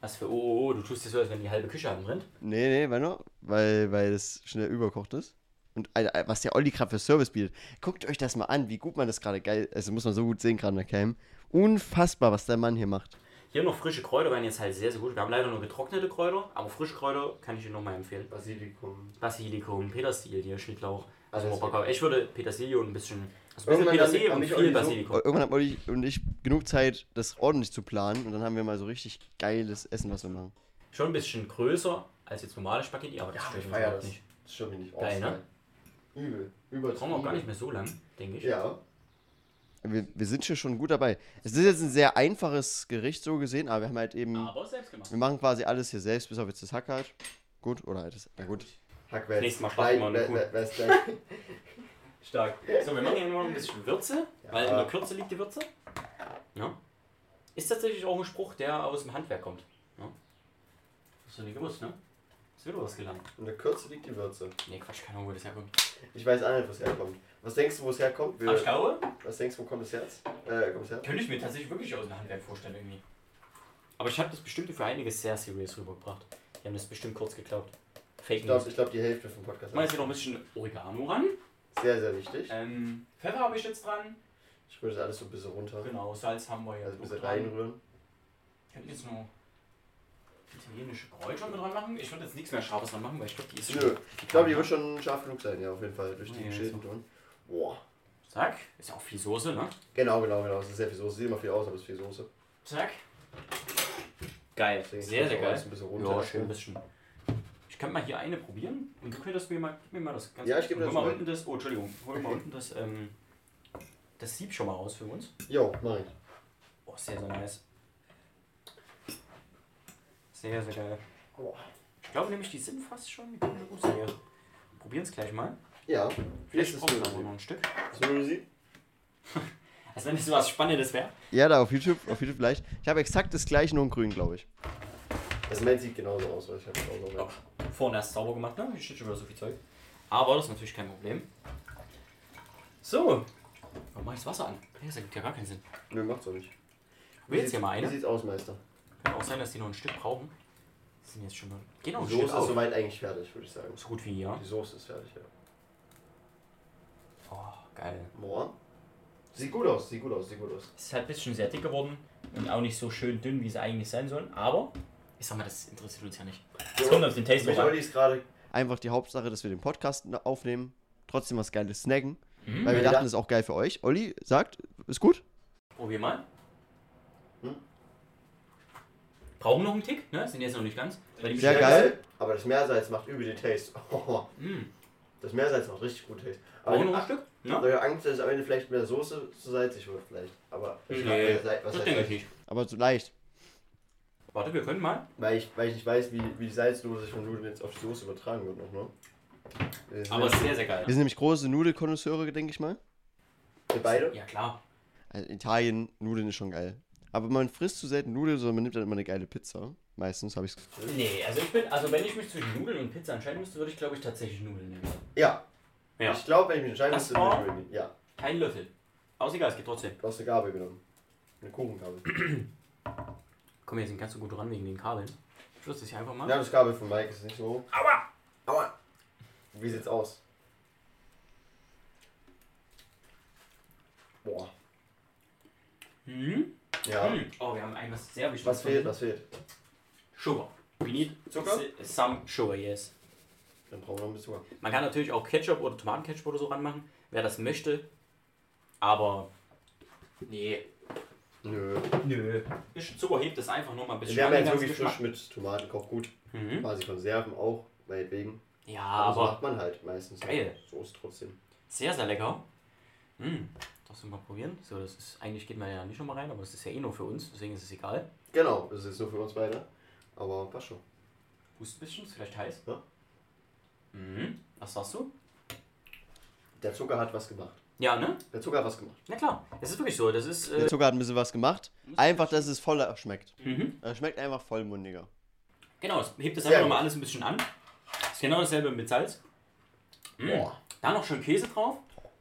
[SPEAKER 2] Was für. Oh, oh, oh, du tust dir so, als wenn die halbe Küche anbrennt.
[SPEAKER 1] Nee, nee, weil nur, weil, weil das schnell überkocht ist. Und Alter, was der Olli gerade für Service bietet. Guckt euch das mal an, wie gut man das gerade geil. Also muss man so gut sehen gerade in der Cam. Unfassbar, was der Mann hier macht.
[SPEAKER 2] Hier noch frische Kräuter wären jetzt halt sehr, sehr gut. Wir haben leider nur getrocknete Kräuter, aber frische Kräuter kann ich dir nochmal empfehlen.
[SPEAKER 4] Basilikum.
[SPEAKER 2] Basilikum, Petersilie, hier Schnittlauch. Also
[SPEAKER 4] Also das-
[SPEAKER 2] Rohrbacker. ich würde Petersilie und ein bisschen, also ein bisschen
[SPEAKER 4] Irgendwann
[SPEAKER 2] Petersilie
[SPEAKER 4] haben
[SPEAKER 2] und
[SPEAKER 4] mich- haben mich
[SPEAKER 2] viel
[SPEAKER 4] auch die so-
[SPEAKER 2] Basilikum.
[SPEAKER 1] Irgendwann haben Olli und ich genug Zeit, das ordentlich zu planen. Und dann haben wir mal so richtig geiles Essen, was wir machen.
[SPEAKER 2] Schon ein bisschen größer als jetzt normale Spaghetti, aber das
[SPEAKER 4] Ja,
[SPEAKER 2] stört
[SPEAKER 4] ich
[SPEAKER 2] uns
[SPEAKER 4] feier
[SPEAKER 2] überhaupt
[SPEAKER 4] das.
[SPEAKER 2] nicht.
[SPEAKER 4] Das stimmt mir nicht aus.
[SPEAKER 2] Geil, ne?
[SPEAKER 4] Übel.
[SPEAKER 2] Wir brauchen
[SPEAKER 4] Übertrieben.
[SPEAKER 2] auch gar nicht mehr so lang, denke ich.
[SPEAKER 4] Ja.
[SPEAKER 1] Wir, wir sind hier schon gut dabei. Es ist jetzt ein sehr einfaches Gericht so gesehen, aber wir haben halt eben.
[SPEAKER 2] Aber selbst gemacht.
[SPEAKER 1] Wir machen quasi alles hier selbst, bis auf jetzt das Hack halt. Gut, oder halt das. Ja, gut.
[SPEAKER 4] Hackwärts.
[SPEAKER 2] Nächstes Mal schwachen wir einen Kuchen. Stark. So, wir machen hier noch ein bisschen Würze, weil in der Kürze liegt die Würze. Ja. Ist tatsächlich auch ein Spruch, der aus dem Handwerk kommt. Ja. Hast du nicht gewusst, ne? Hast du wieder was gelernt?
[SPEAKER 4] In der Kürze liegt die Würze.
[SPEAKER 2] Nee, Quatsch, keine Ahnung, wo das herkommt.
[SPEAKER 4] Ich weiß auch nicht, wo es herkommt. Was denkst du, wo es herkommt? Wir,
[SPEAKER 2] Aber ich glaube,
[SPEAKER 4] was denkst du, wo kommt das Herz? Äh, kommt das Herz?
[SPEAKER 2] Könnte ich mir tatsächlich wirklich aus dem Handwerk vorstellen irgendwie. Aber ich habe das bestimmt für einige sehr serious rübergebracht. Die haben das bestimmt kurz geglaubt. Fake
[SPEAKER 4] Ich
[SPEAKER 2] News.
[SPEAKER 4] glaube,
[SPEAKER 2] Ich
[SPEAKER 4] ich glaub, die Hälfte vom Podcast.
[SPEAKER 2] mache jetzt hier noch ein bisschen Oregano ran.
[SPEAKER 4] Sehr, sehr wichtig.
[SPEAKER 2] Ähm, Pfeffer habe ich jetzt dran.
[SPEAKER 4] Ich rühre das alles so ein bisschen runter.
[SPEAKER 2] Genau, Salz haben wir
[SPEAKER 4] Also ein
[SPEAKER 2] jetzt
[SPEAKER 4] bisschen
[SPEAKER 2] noch dran.
[SPEAKER 4] reinrühren.
[SPEAKER 2] Ich könnte jetzt noch italienische Kräuter mit dran machen. Ich würde jetzt nichts mehr Scharfes dran machen, weil ich glaube, die ist
[SPEAKER 4] Nö. Ich glaube, die wird schon scharf genug sein, ja, auf jeden Fall. Durch
[SPEAKER 2] Ja,
[SPEAKER 4] die
[SPEAKER 2] ja,
[SPEAKER 4] Schäden tun. Boah.
[SPEAKER 2] Zack. Ist ja auch viel Soße, ne?
[SPEAKER 4] Genau, genau, genau. Es ist sehr viel Soße. Sieht immer viel aus, aber es ist viel Soße.
[SPEAKER 2] Zack. Geil.
[SPEAKER 4] Deswegen
[SPEAKER 2] Sehr, sehr
[SPEAKER 4] kommt auch
[SPEAKER 2] geil.
[SPEAKER 4] alles Ein bisschen runter.
[SPEAKER 2] Ja, schön ein bisschen. Ich kann mal hier eine probieren und gib mir das mir mal, gib mir mal das ganze.
[SPEAKER 4] Ja, ich geb
[SPEAKER 2] Hol
[SPEAKER 4] das
[SPEAKER 2] mal
[SPEAKER 4] mal.
[SPEAKER 2] unten das. Oh, Entschuldigung. Hol mal unten das, ähm, das Sieb schon mal raus für uns.
[SPEAKER 4] Jo, mach ich.
[SPEAKER 2] Oh, sehr, sehr nice. Sehr, sehr geil. Ich glaube nämlich, die sind fast schon ganz gut hier. Probieren es gleich mal.
[SPEAKER 4] Ja,
[SPEAKER 2] Vielleicht
[SPEAKER 4] Jetzt ist
[SPEAKER 2] brauchen wir
[SPEAKER 4] es
[SPEAKER 2] aber
[SPEAKER 4] so.
[SPEAKER 2] noch ein Stück.
[SPEAKER 4] so wie sie.
[SPEAKER 2] Als wenn das so was Spannendes wäre.
[SPEAKER 1] Ja, da auf YouTube, auf YouTube leicht. Ich habe exakt das gleiche, nur in grün, glaube ich.
[SPEAKER 4] Das Mail sieht genauso aus, weil ich habe es auch so. gemacht.
[SPEAKER 2] Vorne erst sauber gemacht, ne? Hier steht schon wieder so viel Zeug. Aber das ist natürlich kein Problem. So. Warum mach ich das Wasser an? Nee, Das ergibt ja gar keinen Sinn.
[SPEAKER 4] Nö, macht's auch nicht.
[SPEAKER 2] Will jetzt hier mal eine.
[SPEAKER 4] Wie sieht's aus, Meister?
[SPEAKER 2] Kann auch sein, dass die noch ein Stück brauchen. Das sind jetzt schon mal. Geh noch ein
[SPEAKER 4] Die Soße
[SPEAKER 2] Stück
[SPEAKER 4] ist
[SPEAKER 2] auf.
[SPEAKER 4] soweit eigentlich fertig, würde ich sagen.
[SPEAKER 2] So gut wie hier.
[SPEAKER 4] Die Soße ist fertig, ja.
[SPEAKER 2] Oh, geil.
[SPEAKER 4] Moor. Sieht gut aus, sieht gut aus, sieht gut aus.
[SPEAKER 6] Es ist halt ein bisschen sehr dick geworden und auch nicht so schön dünn, wie sie eigentlich sein sollen. Aber
[SPEAKER 2] Ich sag mal, das interessiert uns ja nicht.
[SPEAKER 6] es kommt auf den Taste
[SPEAKER 4] Mit
[SPEAKER 6] drauf an.
[SPEAKER 4] Olli ist gerade.
[SPEAKER 1] Einfach die Hauptsache, dass wir den Podcast na- aufnehmen, trotzdem was Geiles snacken,
[SPEAKER 2] Mhm.
[SPEAKER 1] weil wir
[SPEAKER 4] Ja.
[SPEAKER 1] dachten, das ist auch geil für euch. Olli sagt, ist gut.
[SPEAKER 2] Probier mal.
[SPEAKER 4] Hm?
[SPEAKER 2] Brauchen noch einen Tick, ne? Sind jetzt noch nicht ganz. Weil die
[SPEAKER 1] Sehr
[SPEAKER 2] Bestell-
[SPEAKER 1] geil.
[SPEAKER 4] Aber das Meersalz macht übel den Taste. Oh,
[SPEAKER 2] Mm.
[SPEAKER 4] das Meersalz macht richtig gut Taste. Aber
[SPEAKER 2] Brauchen noch ein
[SPEAKER 4] ich
[SPEAKER 2] Stück? Ne?
[SPEAKER 4] habe Angst, dass es am Ende vielleicht mit der Soße zu salzig wird, vielleicht. Aber ich glaub,
[SPEAKER 2] Nee,
[SPEAKER 4] äh, sei- was
[SPEAKER 2] das
[SPEAKER 4] heißt
[SPEAKER 2] denke ich
[SPEAKER 4] salzig?
[SPEAKER 2] nicht.
[SPEAKER 1] Aber so leicht.
[SPEAKER 2] Warte, wir können mal.
[SPEAKER 4] Weil ich, weil ich nicht weiß, wie, wie die Salzlose sich von Nudeln jetzt auf die Soße übertragen wird noch, ne? Wir sind
[SPEAKER 2] Aber es
[SPEAKER 4] ja-
[SPEAKER 2] ist sehr, sehr geil.
[SPEAKER 1] Wir sind nämlich große Nudelkonnoisseure, denke ich mal.
[SPEAKER 4] wir beide.
[SPEAKER 2] Ja, klar.
[SPEAKER 1] Also in Italien, Nudeln ist schon geil. Aber man frisst zu selten Nudeln, sondern man nimmt dann immer eine geile Pizza. Meistens habe ich es.
[SPEAKER 6] Nee, also ich bin, also wenn ich mich zwischen Nudeln und Pizza entscheiden müsste, würde ich glaube ich tatsächlich Nudeln nehmen.
[SPEAKER 4] Ja.
[SPEAKER 2] Ja.
[SPEAKER 4] Ich glaube, wenn ich mich entscheiden
[SPEAKER 2] Das
[SPEAKER 4] müsste,
[SPEAKER 2] war-
[SPEAKER 4] würde ich Nudeln nehmen. Ja,
[SPEAKER 2] Kein Löffel. Aber ist egal, es geht trotzdem.
[SPEAKER 4] du hast eine Gabel genommen. Eine Kuchengabel.
[SPEAKER 2] Komm, wir sind ganz so gut ran wegen den Kabeln. Ich würze das hier einfach mal.
[SPEAKER 4] Ja, das Gabel von Mike ist nicht so hoch. Aua! Aua! Wie sieht's aus? Boah.
[SPEAKER 2] Mhm.
[SPEAKER 4] Ja.
[SPEAKER 2] Mhm. Oh, wir haben ein was sehr wichtiges.
[SPEAKER 4] Was fehlt?
[SPEAKER 2] vergessen.
[SPEAKER 4] Was fehlt?
[SPEAKER 2] Sugar. We need
[SPEAKER 4] Zucker?
[SPEAKER 2] s- some sugar, yes.
[SPEAKER 4] Dann brauchen wir noch ein bisschen Zucker.
[SPEAKER 2] Man kann natürlich auch Ketchup oder Tomatenketchup oder so ranmachen, wer das möchte. Aber. Nee.
[SPEAKER 4] Nö.
[SPEAKER 2] Nö. Bisschen Zucker hebt es einfach nochmal ein bisschen.
[SPEAKER 4] Wir haben ja
[SPEAKER 2] an den
[SPEAKER 4] jetzt
[SPEAKER 2] ganzen
[SPEAKER 4] wirklich frisch
[SPEAKER 2] Geschmack.
[SPEAKER 4] mit Tomatenkoch gut.
[SPEAKER 2] Mhm.
[SPEAKER 4] Quasi Konserven auch, meinetwegen.
[SPEAKER 2] Ja,
[SPEAKER 4] Aber so
[SPEAKER 2] aber
[SPEAKER 4] macht man halt meistens.
[SPEAKER 2] Geil.
[SPEAKER 4] Soße trotzdem.
[SPEAKER 2] sehr, sehr lecker. Mhm. Darfst du mal probieren? So, das ist. Eigentlich geht man ja nicht nochmal rein, aber es ist ja eh nur für uns, deswegen ist es egal.
[SPEAKER 4] Genau, das ist nur für uns beide. Aber passt schon.
[SPEAKER 2] Hust ein bisschen, ist vielleicht heiß.
[SPEAKER 4] Ja.
[SPEAKER 2] Mhm. Was sagst du?
[SPEAKER 4] Der Zucker hat was gemacht.
[SPEAKER 2] Ja, ne?
[SPEAKER 4] Der Zucker hat was gemacht.
[SPEAKER 2] Na klar. Es ist wirklich so. Das ist. Äh,
[SPEAKER 1] Der Zucker hat ein bisschen was gemacht. Einfach, dass es voller schmeckt.
[SPEAKER 2] mhm.
[SPEAKER 1] Es schmeckt einfach vollmundiger.
[SPEAKER 2] Genau, es hebt das
[SPEAKER 4] Sehr
[SPEAKER 2] einfach nochmal
[SPEAKER 4] gut.
[SPEAKER 2] alles ein bisschen an. Ist genau dasselbe mit Salz. Mm.
[SPEAKER 4] Boah.
[SPEAKER 2] Da noch schön Käse drauf.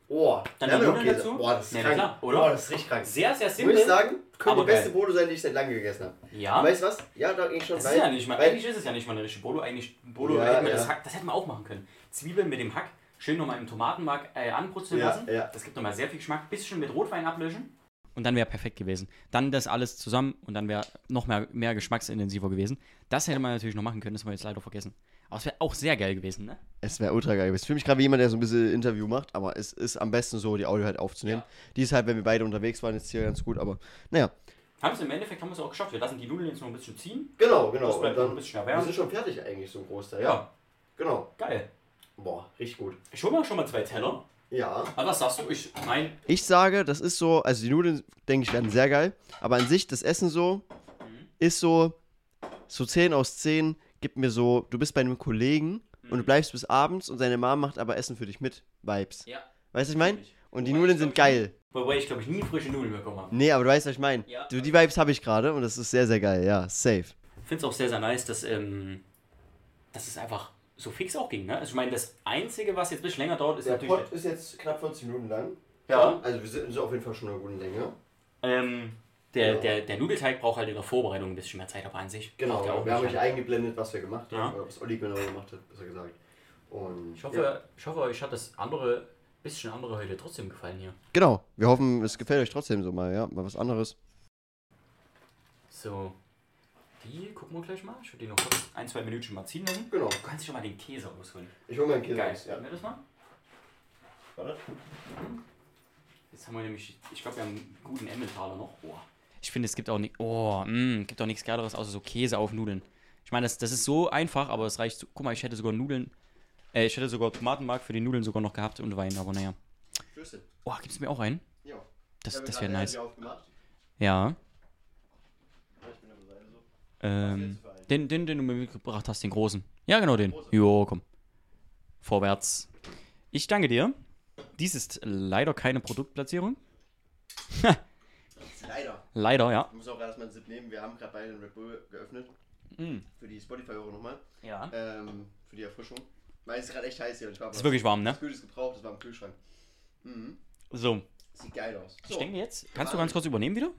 [SPEAKER 4] Oh,
[SPEAKER 2] Dann
[SPEAKER 4] der
[SPEAKER 2] die
[SPEAKER 4] hat
[SPEAKER 2] Nudeln
[SPEAKER 4] Käse.
[SPEAKER 2] dazu?
[SPEAKER 4] Boah, das ist
[SPEAKER 2] Ja, na
[SPEAKER 4] krank.
[SPEAKER 2] klar, oder?
[SPEAKER 4] Boah, das ist richtig krank.
[SPEAKER 2] Sehr, sehr
[SPEAKER 4] Würde ich
[SPEAKER 2] simpel.
[SPEAKER 4] sagen, könnte
[SPEAKER 2] aber
[SPEAKER 4] die beste
[SPEAKER 2] geil.
[SPEAKER 4] Bolo sein, die ich seit langem gegessen habe.
[SPEAKER 2] Ja.
[SPEAKER 4] Weißt du was? Ja, da ging schon
[SPEAKER 2] Das ist ja nicht mal,
[SPEAKER 4] weil-
[SPEAKER 2] eigentlich ist es ja nicht mal eine richtige Bolo. Eigentlich Bolo
[SPEAKER 4] Ja,
[SPEAKER 2] hätten wir
[SPEAKER 4] ja.
[SPEAKER 2] das Hack, das hätten wir auch machen können. Zwiebeln mit dem Hack, schön nochmal im Tomatenmark äh, anbrutzeln
[SPEAKER 4] Ja,
[SPEAKER 2] lassen.
[SPEAKER 4] ja.
[SPEAKER 2] Das gibt nochmal sehr viel Geschmack. Bisschen mit Rotwein ablöschen. Und dann wäre perfekt gewesen. Dann das alles zusammen und dann wäre noch mehr, mehr geschmacksintensiver gewesen. Das hätte man natürlich noch machen können, das haben wir jetzt leider vergessen. Aber es wäre auch sehr geil gewesen, ne?
[SPEAKER 1] Es wäre ultra geil gewesen. Ich fühle mich gerade wie jemand, der so ein bisschen Interview macht, aber es ist am besten so, die Audio halt aufzunehmen. Die ist halt, wenn wir beide unterwegs waren, jetzt hier ganz gut, aber naja.
[SPEAKER 2] Haben es im Endeffekt haben wir es auch geschafft. Wir lassen die Nudeln jetzt noch ein bisschen ziehen.
[SPEAKER 4] Genau, genau.
[SPEAKER 2] Das bleibt
[SPEAKER 4] Und
[SPEAKER 2] noch ein
[SPEAKER 4] dann,
[SPEAKER 2] bisschen
[SPEAKER 4] wir
[SPEAKER 2] erwärmt.
[SPEAKER 4] sind schon fertig eigentlich, so ein Großteil. Ja.
[SPEAKER 2] Ja,
[SPEAKER 4] Genau.
[SPEAKER 2] geil.
[SPEAKER 4] Boah, richtig gut.
[SPEAKER 2] Ich hole mir schon mal zwei Teller.
[SPEAKER 4] Ja.
[SPEAKER 2] Aber was sagst du? Ich mein,
[SPEAKER 1] Ich sage, das ist so, also die Nudeln, denke ich, werden sehr geil, aber an sich das Essen so ist so, so 10 aus 10 gibt mir so, du bist bei einem Kollegen und du bleibst bis abends und seine Mom macht aber Essen für dich mit, Vibes.
[SPEAKER 2] Ja.
[SPEAKER 1] Weißt du, was ich meine? Und die
[SPEAKER 2] Wobei,
[SPEAKER 1] Nudeln
[SPEAKER 2] ich
[SPEAKER 1] sind
[SPEAKER 2] glaub, ich-
[SPEAKER 1] geil.
[SPEAKER 2] wobei ich glaube ich nie frische Nudeln bekommen habe.
[SPEAKER 1] Nee, aber du weißt, was ich meine.
[SPEAKER 2] Ja.
[SPEAKER 1] Du, die Vibes habe ich gerade und das ist sehr, sehr geil, ja, safe.
[SPEAKER 2] Ich finde es auch sehr, sehr nice, dass, ähm, dass es einfach so fix auch ging. Ne? Also ich meine, das Einzige, was jetzt ein bisschen länger dauert, ist
[SPEAKER 4] Der
[SPEAKER 2] natürlich.
[SPEAKER 4] Pot ist jetzt knapp 40 Minuten lang.
[SPEAKER 2] Ja.
[SPEAKER 4] Also wir sind so auf jeden Fall schon in einer guten Länge.
[SPEAKER 2] Ähm, der,
[SPEAKER 4] Ja.
[SPEAKER 2] der, der Nudelteig braucht halt in der Vorbereitung ein bisschen mehr Zeit, aber an sich.
[SPEAKER 4] Genau.
[SPEAKER 2] braucht der auch
[SPEAKER 4] wir haben
[SPEAKER 2] nicht
[SPEAKER 4] euch
[SPEAKER 2] lange.
[SPEAKER 4] eingeblendet, was wir gemacht haben.
[SPEAKER 2] Ja.
[SPEAKER 4] Oder was Olli genau gemacht hat, besser gesagt. Und
[SPEAKER 2] ich, hoffe, ich hoffe, euch hat das andere, bisschen andere heute trotzdem gefallen hier.
[SPEAKER 1] Genau, wir hoffen, es gefällt euch trotzdem so mal, ja, mal was anderes.
[SPEAKER 2] So. Die gucken wir gleich mal. Ich würde die noch kurz ein, zwei Minuten mal ziehen lassen.
[SPEAKER 4] Ja. Genau.
[SPEAKER 2] Du kannst schon mal den Käse rausholen.
[SPEAKER 4] Ich hole meinen Käse
[SPEAKER 2] Geil.
[SPEAKER 4] raus, Ja.
[SPEAKER 2] Wollen wir das mal?
[SPEAKER 4] Genau. Warte.
[SPEAKER 2] Jetzt haben wir nämlich, ich glaube, wir haben einen guten Emmentaler noch. Boah.
[SPEAKER 6] Ich finde, es gibt auch nicht. Oh, mm, gibt auch nichts geileres außer so Käse auf Nudeln. Ich meine, das, das ist so einfach, aber es reicht. so- Guck mal, ich hätte sogar Nudeln. Äh, ich hätte sogar Tomatenmark für die Nudeln sogar noch gehabt und Wein, aber naja.
[SPEAKER 4] Schlüssel.
[SPEAKER 6] Oh, gibst du mir auch einen?
[SPEAKER 4] Ja.
[SPEAKER 6] Das,
[SPEAKER 4] Ich
[SPEAKER 6] das
[SPEAKER 4] habe
[SPEAKER 6] wäre
[SPEAKER 4] gerade
[SPEAKER 6] nice.
[SPEAKER 4] Handy aufgemacht.
[SPEAKER 6] Ja.
[SPEAKER 4] Ich bin aber leider so. Was
[SPEAKER 6] Ähm,
[SPEAKER 4] willst du für einen?
[SPEAKER 7] Den, den, den du mir mitgebracht hast, den großen. Ja, genau den. Jo, komm. Vorwärts. Ich danke dir. Dies ist leider keine Produktplatzierung.
[SPEAKER 4] Leider.
[SPEAKER 7] Leider, ja.
[SPEAKER 4] Ich muss auch gerade erstmal einen Sip nehmen. Wir haben gerade beide den Red Bull geöffnet.
[SPEAKER 7] Mm.
[SPEAKER 4] Für die Spotify-Hörer nochmal.
[SPEAKER 7] Ja.
[SPEAKER 4] Ähm, für die Erfrischung. Weil es ist gerade echt heiß hier. und Ich war
[SPEAKER 7] Ist wirklich warm, ne?
[SPEAKER 4] Das Kühl ist gebraucht, das war im Kühlschrank. Mhm.
[SPEAKER 7] So.
[SPEAKER 4] Sieht geil aus.
[SPEAKER 7] Ich denke jetzt, kannst du ganz kurz übernehmen wieder?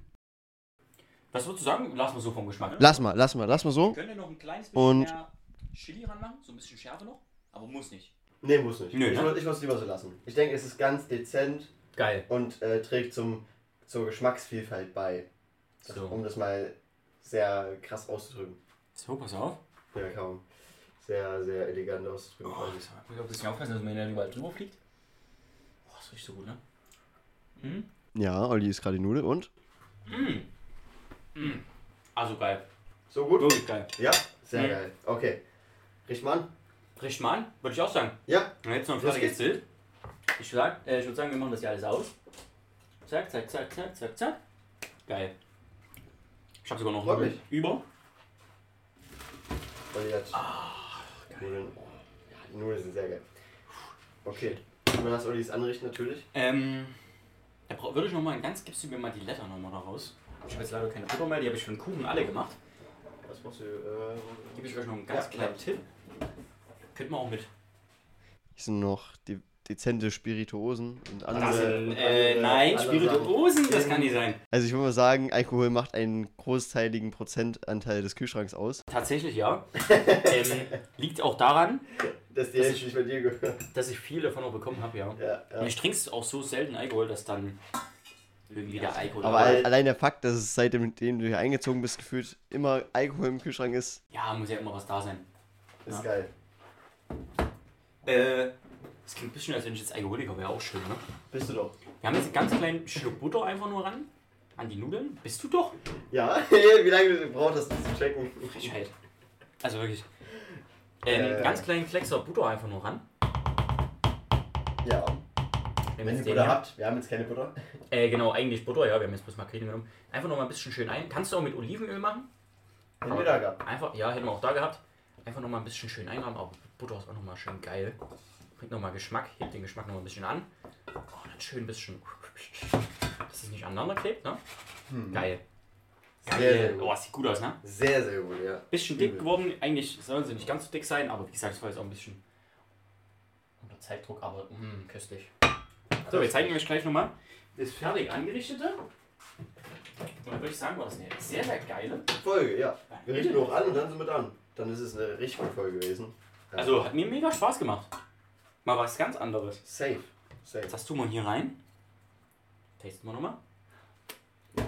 [SPEAKER 2] Was würdest du sagen? Lass mal so vom Geschmack.
[SPEAKER 1] Lass mal, lass mal, lass mal so.
[SPEAKER 7] Können ne? wir noch ein kleines
[SPEAKER 1] bisschen Und- mehr
[SPEAKER 7] Chili ranmachen? So ein bisschen Schärfe noch? Aber muss nicht.
[SPEAKER 4] Nee, muss nicht.
[SPEAKER 2] Nö,
[SPEAKER 4] ich
[SPEAKER 2] ne?
[SPEAKER 4] würde es lieber so lassen. Ich denke, es ist ganz dezent
[SPEAKER 2] Geil.
[SPEAKER 4] und äh, trägt zum, zur Geschmacksvielfalt bei.
[SPEAKER 2] So.
[SPEAKER 4] Um das mal sehr krass auszudrücken.
[SPEAKER 2] So, pass auf.
[SPEAKER 4] Ja, kaum. Sehr, sehr elegant auszudrücken.
[SPEAKER 2] Oh, jetzt muss ich auch ein bisschen aufpassen, dass mir nicht überall drüber fliegt. Boah, das riecht so gut, ne? Mhm.
[SPEAKER 1] Ja, Olli ist gerade die Nudel und?
[SPEAKER 2] Also geil.
[SPEAKER 4] So gut?
[SPEAKER 2] Wirklich geil.
[SPEAKER 4] Ja, sehr
[SPEAKER 2] Mhm.
[SPEAKER 4] geil. Okay. Riecht man? an?
[SPEAKER 2] Riecht mal an, würde ich auch sagen.
[SPEAKER 4] Ja.
[SPEAKER 2] Und jetzt noch ein
[SPEAKER 4] Los
[SPEAKER 2] fertiges Bild. Ich würde äh, ich würd sagen, wir machen das hier alles aus. Zack, zack, zack, zack, zack, zack. Geil. Ich habe sogar noch
[SPEAKER 4] Freut
[SPEAKER 2] einen
[SPEAKER 4] mich.
[SPEAKER 2] über.
[SPEAKER 4] Und jetzt. Ah, Nudeln. Ja, die Nudeln sind sehr geil. Okay. Und dann hast Olli das Anrichten natürlich.
[SPEAKER 2] Ähm, da bra- würde ich nochmal, ganz gibst du mir mal die Letter nochmal da raus. Ich habe jetzt leider keine Butter mehr, die habe ich für den Kuchen alle gemacht.
[SPEAKER 4] Was brauchst du? Äh,
[SPEAKER 2] Gebe ich euch noch einen ganz
[SPEAKER 4] Ja,
[SPEAKER 2] kleinen
[SPEAKER 4] ja.
[SPEAKER 2] Tipp. Könnt man auch mit.
[SPEAKER 1] Hier sind noch die dezente Spirituosen und
[SPEAKER 2] Das
[SPEAKER 1] andere.
[SPEAKER 2] sind,
[SPEAKER 4] und
[SPEAKER 2] äh,
[SPEAKER 4] andere-
[SPEAKER 2] nein,
[SPEAKER 4] andere
[SPEAKER 2] Spirituosen, das
[SPEAKER 4] Sachen.
[SPEAKER 2] kann nicht sein.
[SPEAKER 1] Also ich würde mal sagen, Alkohol macht einen großteiligen Prozentanteil des Kühlschranks aus.
[SPEAKER 2] Tatsächlich ja. ähm, liegt auch daran,
[SPEAKER 4] dass die
[SPEAKER 2] Das
[SPEAKER 4] Hälfte nicht bei dir gehört.
[SPEAKER 2] dass ich viel davon auch bekommen habe, ja.
[SPEAKER 4] Ja, ja.
[SPEAKER 2] Und ich trinke auch so selten Alkohol, dass dann irgendwie der Alkohol.
[SPEAKER 1] Aber al- allein der Fakt, dass es seitdem dem du hier eingezogen bist, gefühlt immer Alkohol im Kühlschrank ist.
[SPEAKER 2] ja, muss ja immer was da sein.
[SPEAKER 4] Ist
[SPEAKER 2] Ja.
[SPEAKER 4] geil.
[SPEAKER 2] Äh, das klingt ein bisschen, als wenn ich jetzt Alkoholiker wäre, auch schön, ne?
[SPEAKER 4] Bist du doch.
[SPEAKER 2] Wir haben jetzt einen ganz kleinen Schluck Butter einfach nur ran. An die Nudeln. Bist du doch?
[SPEAKER 4] Ja, wie lange du brauchst, das zu checken.
[SPEAKER 2] Frechheit. Also wirklich. Ähm,
[SPEAKER 4] Äh.
[SPEAKER 2] Ganz kleinen Flexer Butter einfach nur ran.
[SPEAKER 4] Ja,
[SPEAKER 2] Nehmen
[SPEAKER 4] wenn
[SPEAKER 2] jetzt den
[SPEAKER 4] ihr Butter
[SPEAKER 2] hier.
[SPEAKER 4] habt, wir haben jetzt keine Butter.
[SPEAKER 2] Äh, genau, eigentlich Butter, ja, wir haben jetzt bloß Makrelen genommen. Einfach nochmal ein bisschen schön ein. Kannst du auch mit Olivenöl machen?
[SPEAKER 4] Hätten wir da gehabt.
[SPEAKER 2] Einfach, ja, hätten wir auch da gehabt. Einfach nochmal ein bisschen schön einrahmen, aber Butter ist auch nochmal schön geil. Bringt nochmal Geschmack, hebt den Geschmack nochmal ein bisschen an. Oh, dann schön ein bisschen, dass es nicht aneinander klebt, ne? Geil. Geil.
[SPEAKER 4] Hm. Sehr, sehr gut.
[SPEAKER 2] oh, sieht gut aus, ne?
[SPEAKER 4] Sehr, sehr gut, ja.
[SPEAKER 2] Bisschen dick
[SPEAKER 4] Übel.
[SPEAKER 2] geworden, eigentlich sollen sie nicht ganz so dick sein, aber wie gesagt, es war jetzt auch ein bisschen unter Zeitdruck, aber mm, köstlich. So, wir zeigen euch gleich nochmal das fertig angerichtete. Und dann würde ich sagen, war das eine sehr, sehr geile.
[SPEAKER 4] Folge, ja. Wir richten hoch an und dann sind wir dran. Dann ist es eine richtige Folge gewesen.
[SPEAKER 2] Also hat mir mega Spaß gemacht. Mal was ganz anderes.
[SPEAKER 4] Safe. Safe.
[SPEAKER 2] Jetzt hast du mal hier rein. Tasten wir nochmal.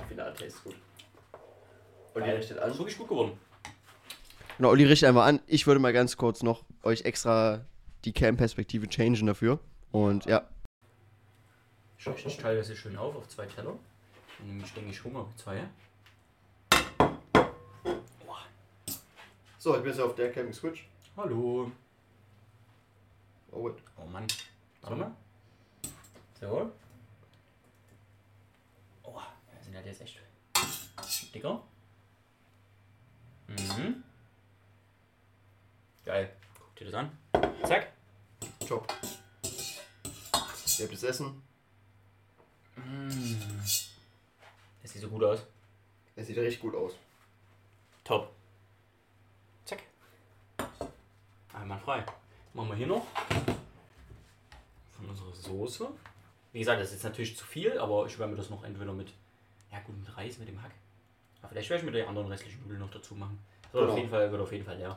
[SPEAKER 4] Finaltaste ist gut. Und ihr richtet an.
[SPEAKER 2] Ist wirklich gut geworden.
[SPEAKER 1] Na, Olli richtet einmal an. Ich würde mal ganz kurz noch euch extra die Cam-Perspektive changen dafür. Und ja,
[SPEAKER 2] Ich, ich, ich teile das hier schön auf, auf zwei Teller. Und nämlich denke ich Hunger auf zwei.
[SPEAKER 4] So, ich bin jetzt auf der Camping Switch.
[SPEAKER 2] Hallo.
[SPEAKER 4] Oh, wait.
[SPEAKER 2] Oh Mann. Warte mal. So. Oh, wir sind halt jetzt echt dicker. Mhm. Geil. Guck dir das an. Zack.
[SPEAKER 4] Top. Ihr habt das Essen.
[SPEAKER 2] Das sieht so gut aus.
[SPEAKER 4] Es sieht richtig gut aus.
[SPEAKER 2] Top. Zack. Einmal frei. Machen wir hier noch von unserer Soße. Wie gesagt, das ist jetzt natürlich zu viel, aber ich werde mir das noch entweder mit, ja gut, mit Reis, mit dem Hack. Aber vielleicht werde ich mit den anderen restlichen Nudeln noch dazu machen. Das wird, auf
[SPEAKER 4] Genau.
[SPEAKER 2] jeden Fall, wird auf jeden Fall leer.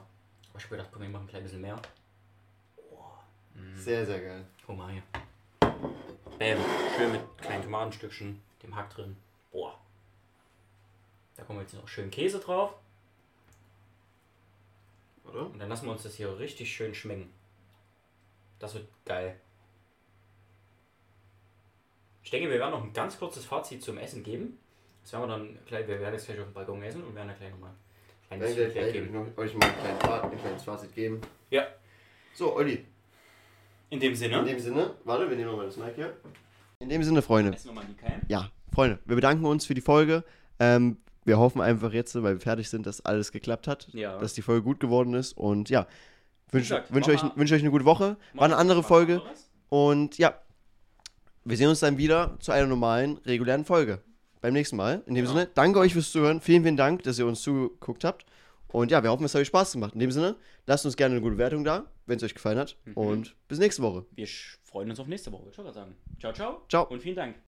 [SPEAKER 2] Aber ich habe gedacht, komm, wir machen ein klein bisschen mehr.
[SPEAKER 4] Sehr, sehr geil.
[SPEAKER 2] Guck mal hier. Bäm. Schön mit kleinen Tomatenstückchen, dem Hack drin. Boah. Da kommen jetzt noch schön Käse drauf.
[SPEAKER 4] Oder?
[SPEAKER 2] Und dann lassen wir uns das hier richtig schön schmecken. Das wird geil. Ich denke, wir werden noch ein ganz kurzes Fazit zum Essen geben. Das werden wir dann gleich, wir werden jetzt gleich auf dem Balkon essen und werden da gleich nochmal ein
[SPEAKER 4] Dann
[SPEAKER 2] kleines
[SPEAKER 4] werde
[SPEAKER 2] Feedback
[SPEAKER 4] ich
[SPEAKER 2] geben.
[SPEAKER 4] noch- euch mal ein kleines Fazit, ein kleines Fazit geben.
[SPEAKER 2] Ja,
[SPEAKER 4] So, Olli,
[SPEAKER 2] in dem
[SPEAKER 4] in
[SPEAKER 2] Sinne.
[SPEAKER 4] dem Sinne, warte, wir nehmen nochmal das Mic hier.
[SPEAKER 1] in dem Sinne, Freunde.
[SPEAKER 2] Essen nochmal die Keim.
[SPEAKER 1] Ja, Freunde, wir bedanken uns für die Folge. Ähm, wir hoffen einfach jetzt, weil wir fertig sind, dass alles geklappt hat,
[SPEAKER 2] Ja.
[SPEAKER 1] dass die Folge gut geworden ist und ja, wünsche
[SPEAKER 2] gesagt,
[SPEAKER 1] wünsch
[SPEAKER 2] mach
[SPEAKER 1] euch,
[SPEAKER 2] mal-
[SPEAKER 1] wünsch euch eine gute Woche. War eine andere Folge und ja, wir sehen uns dann wieder zu einer normalen, regulären Folge beim nächsten Mal. In dem Sinne, danke euch fürs Zuhören. Vielen, vielen Dank, dass ihr uns zugeguckt habt. Und ja, wir hoffen, es hat euch Spaß gemacht. In dem Sinne, lasst uns gerne eine gute Wertung da, wenn es
[SPEAKER 2] Mhm.
[SPEAKER 1] euch gefallen hat. Und bis nächste Woche.
[SPEAKER 2] Wir sch- freuen uns auf nächste Woche, würde ich schon gerade sagen. Ciao, ciao.
[SPEAKER 1] Ciao.
[SPEAKER 2] Und vielen Dank.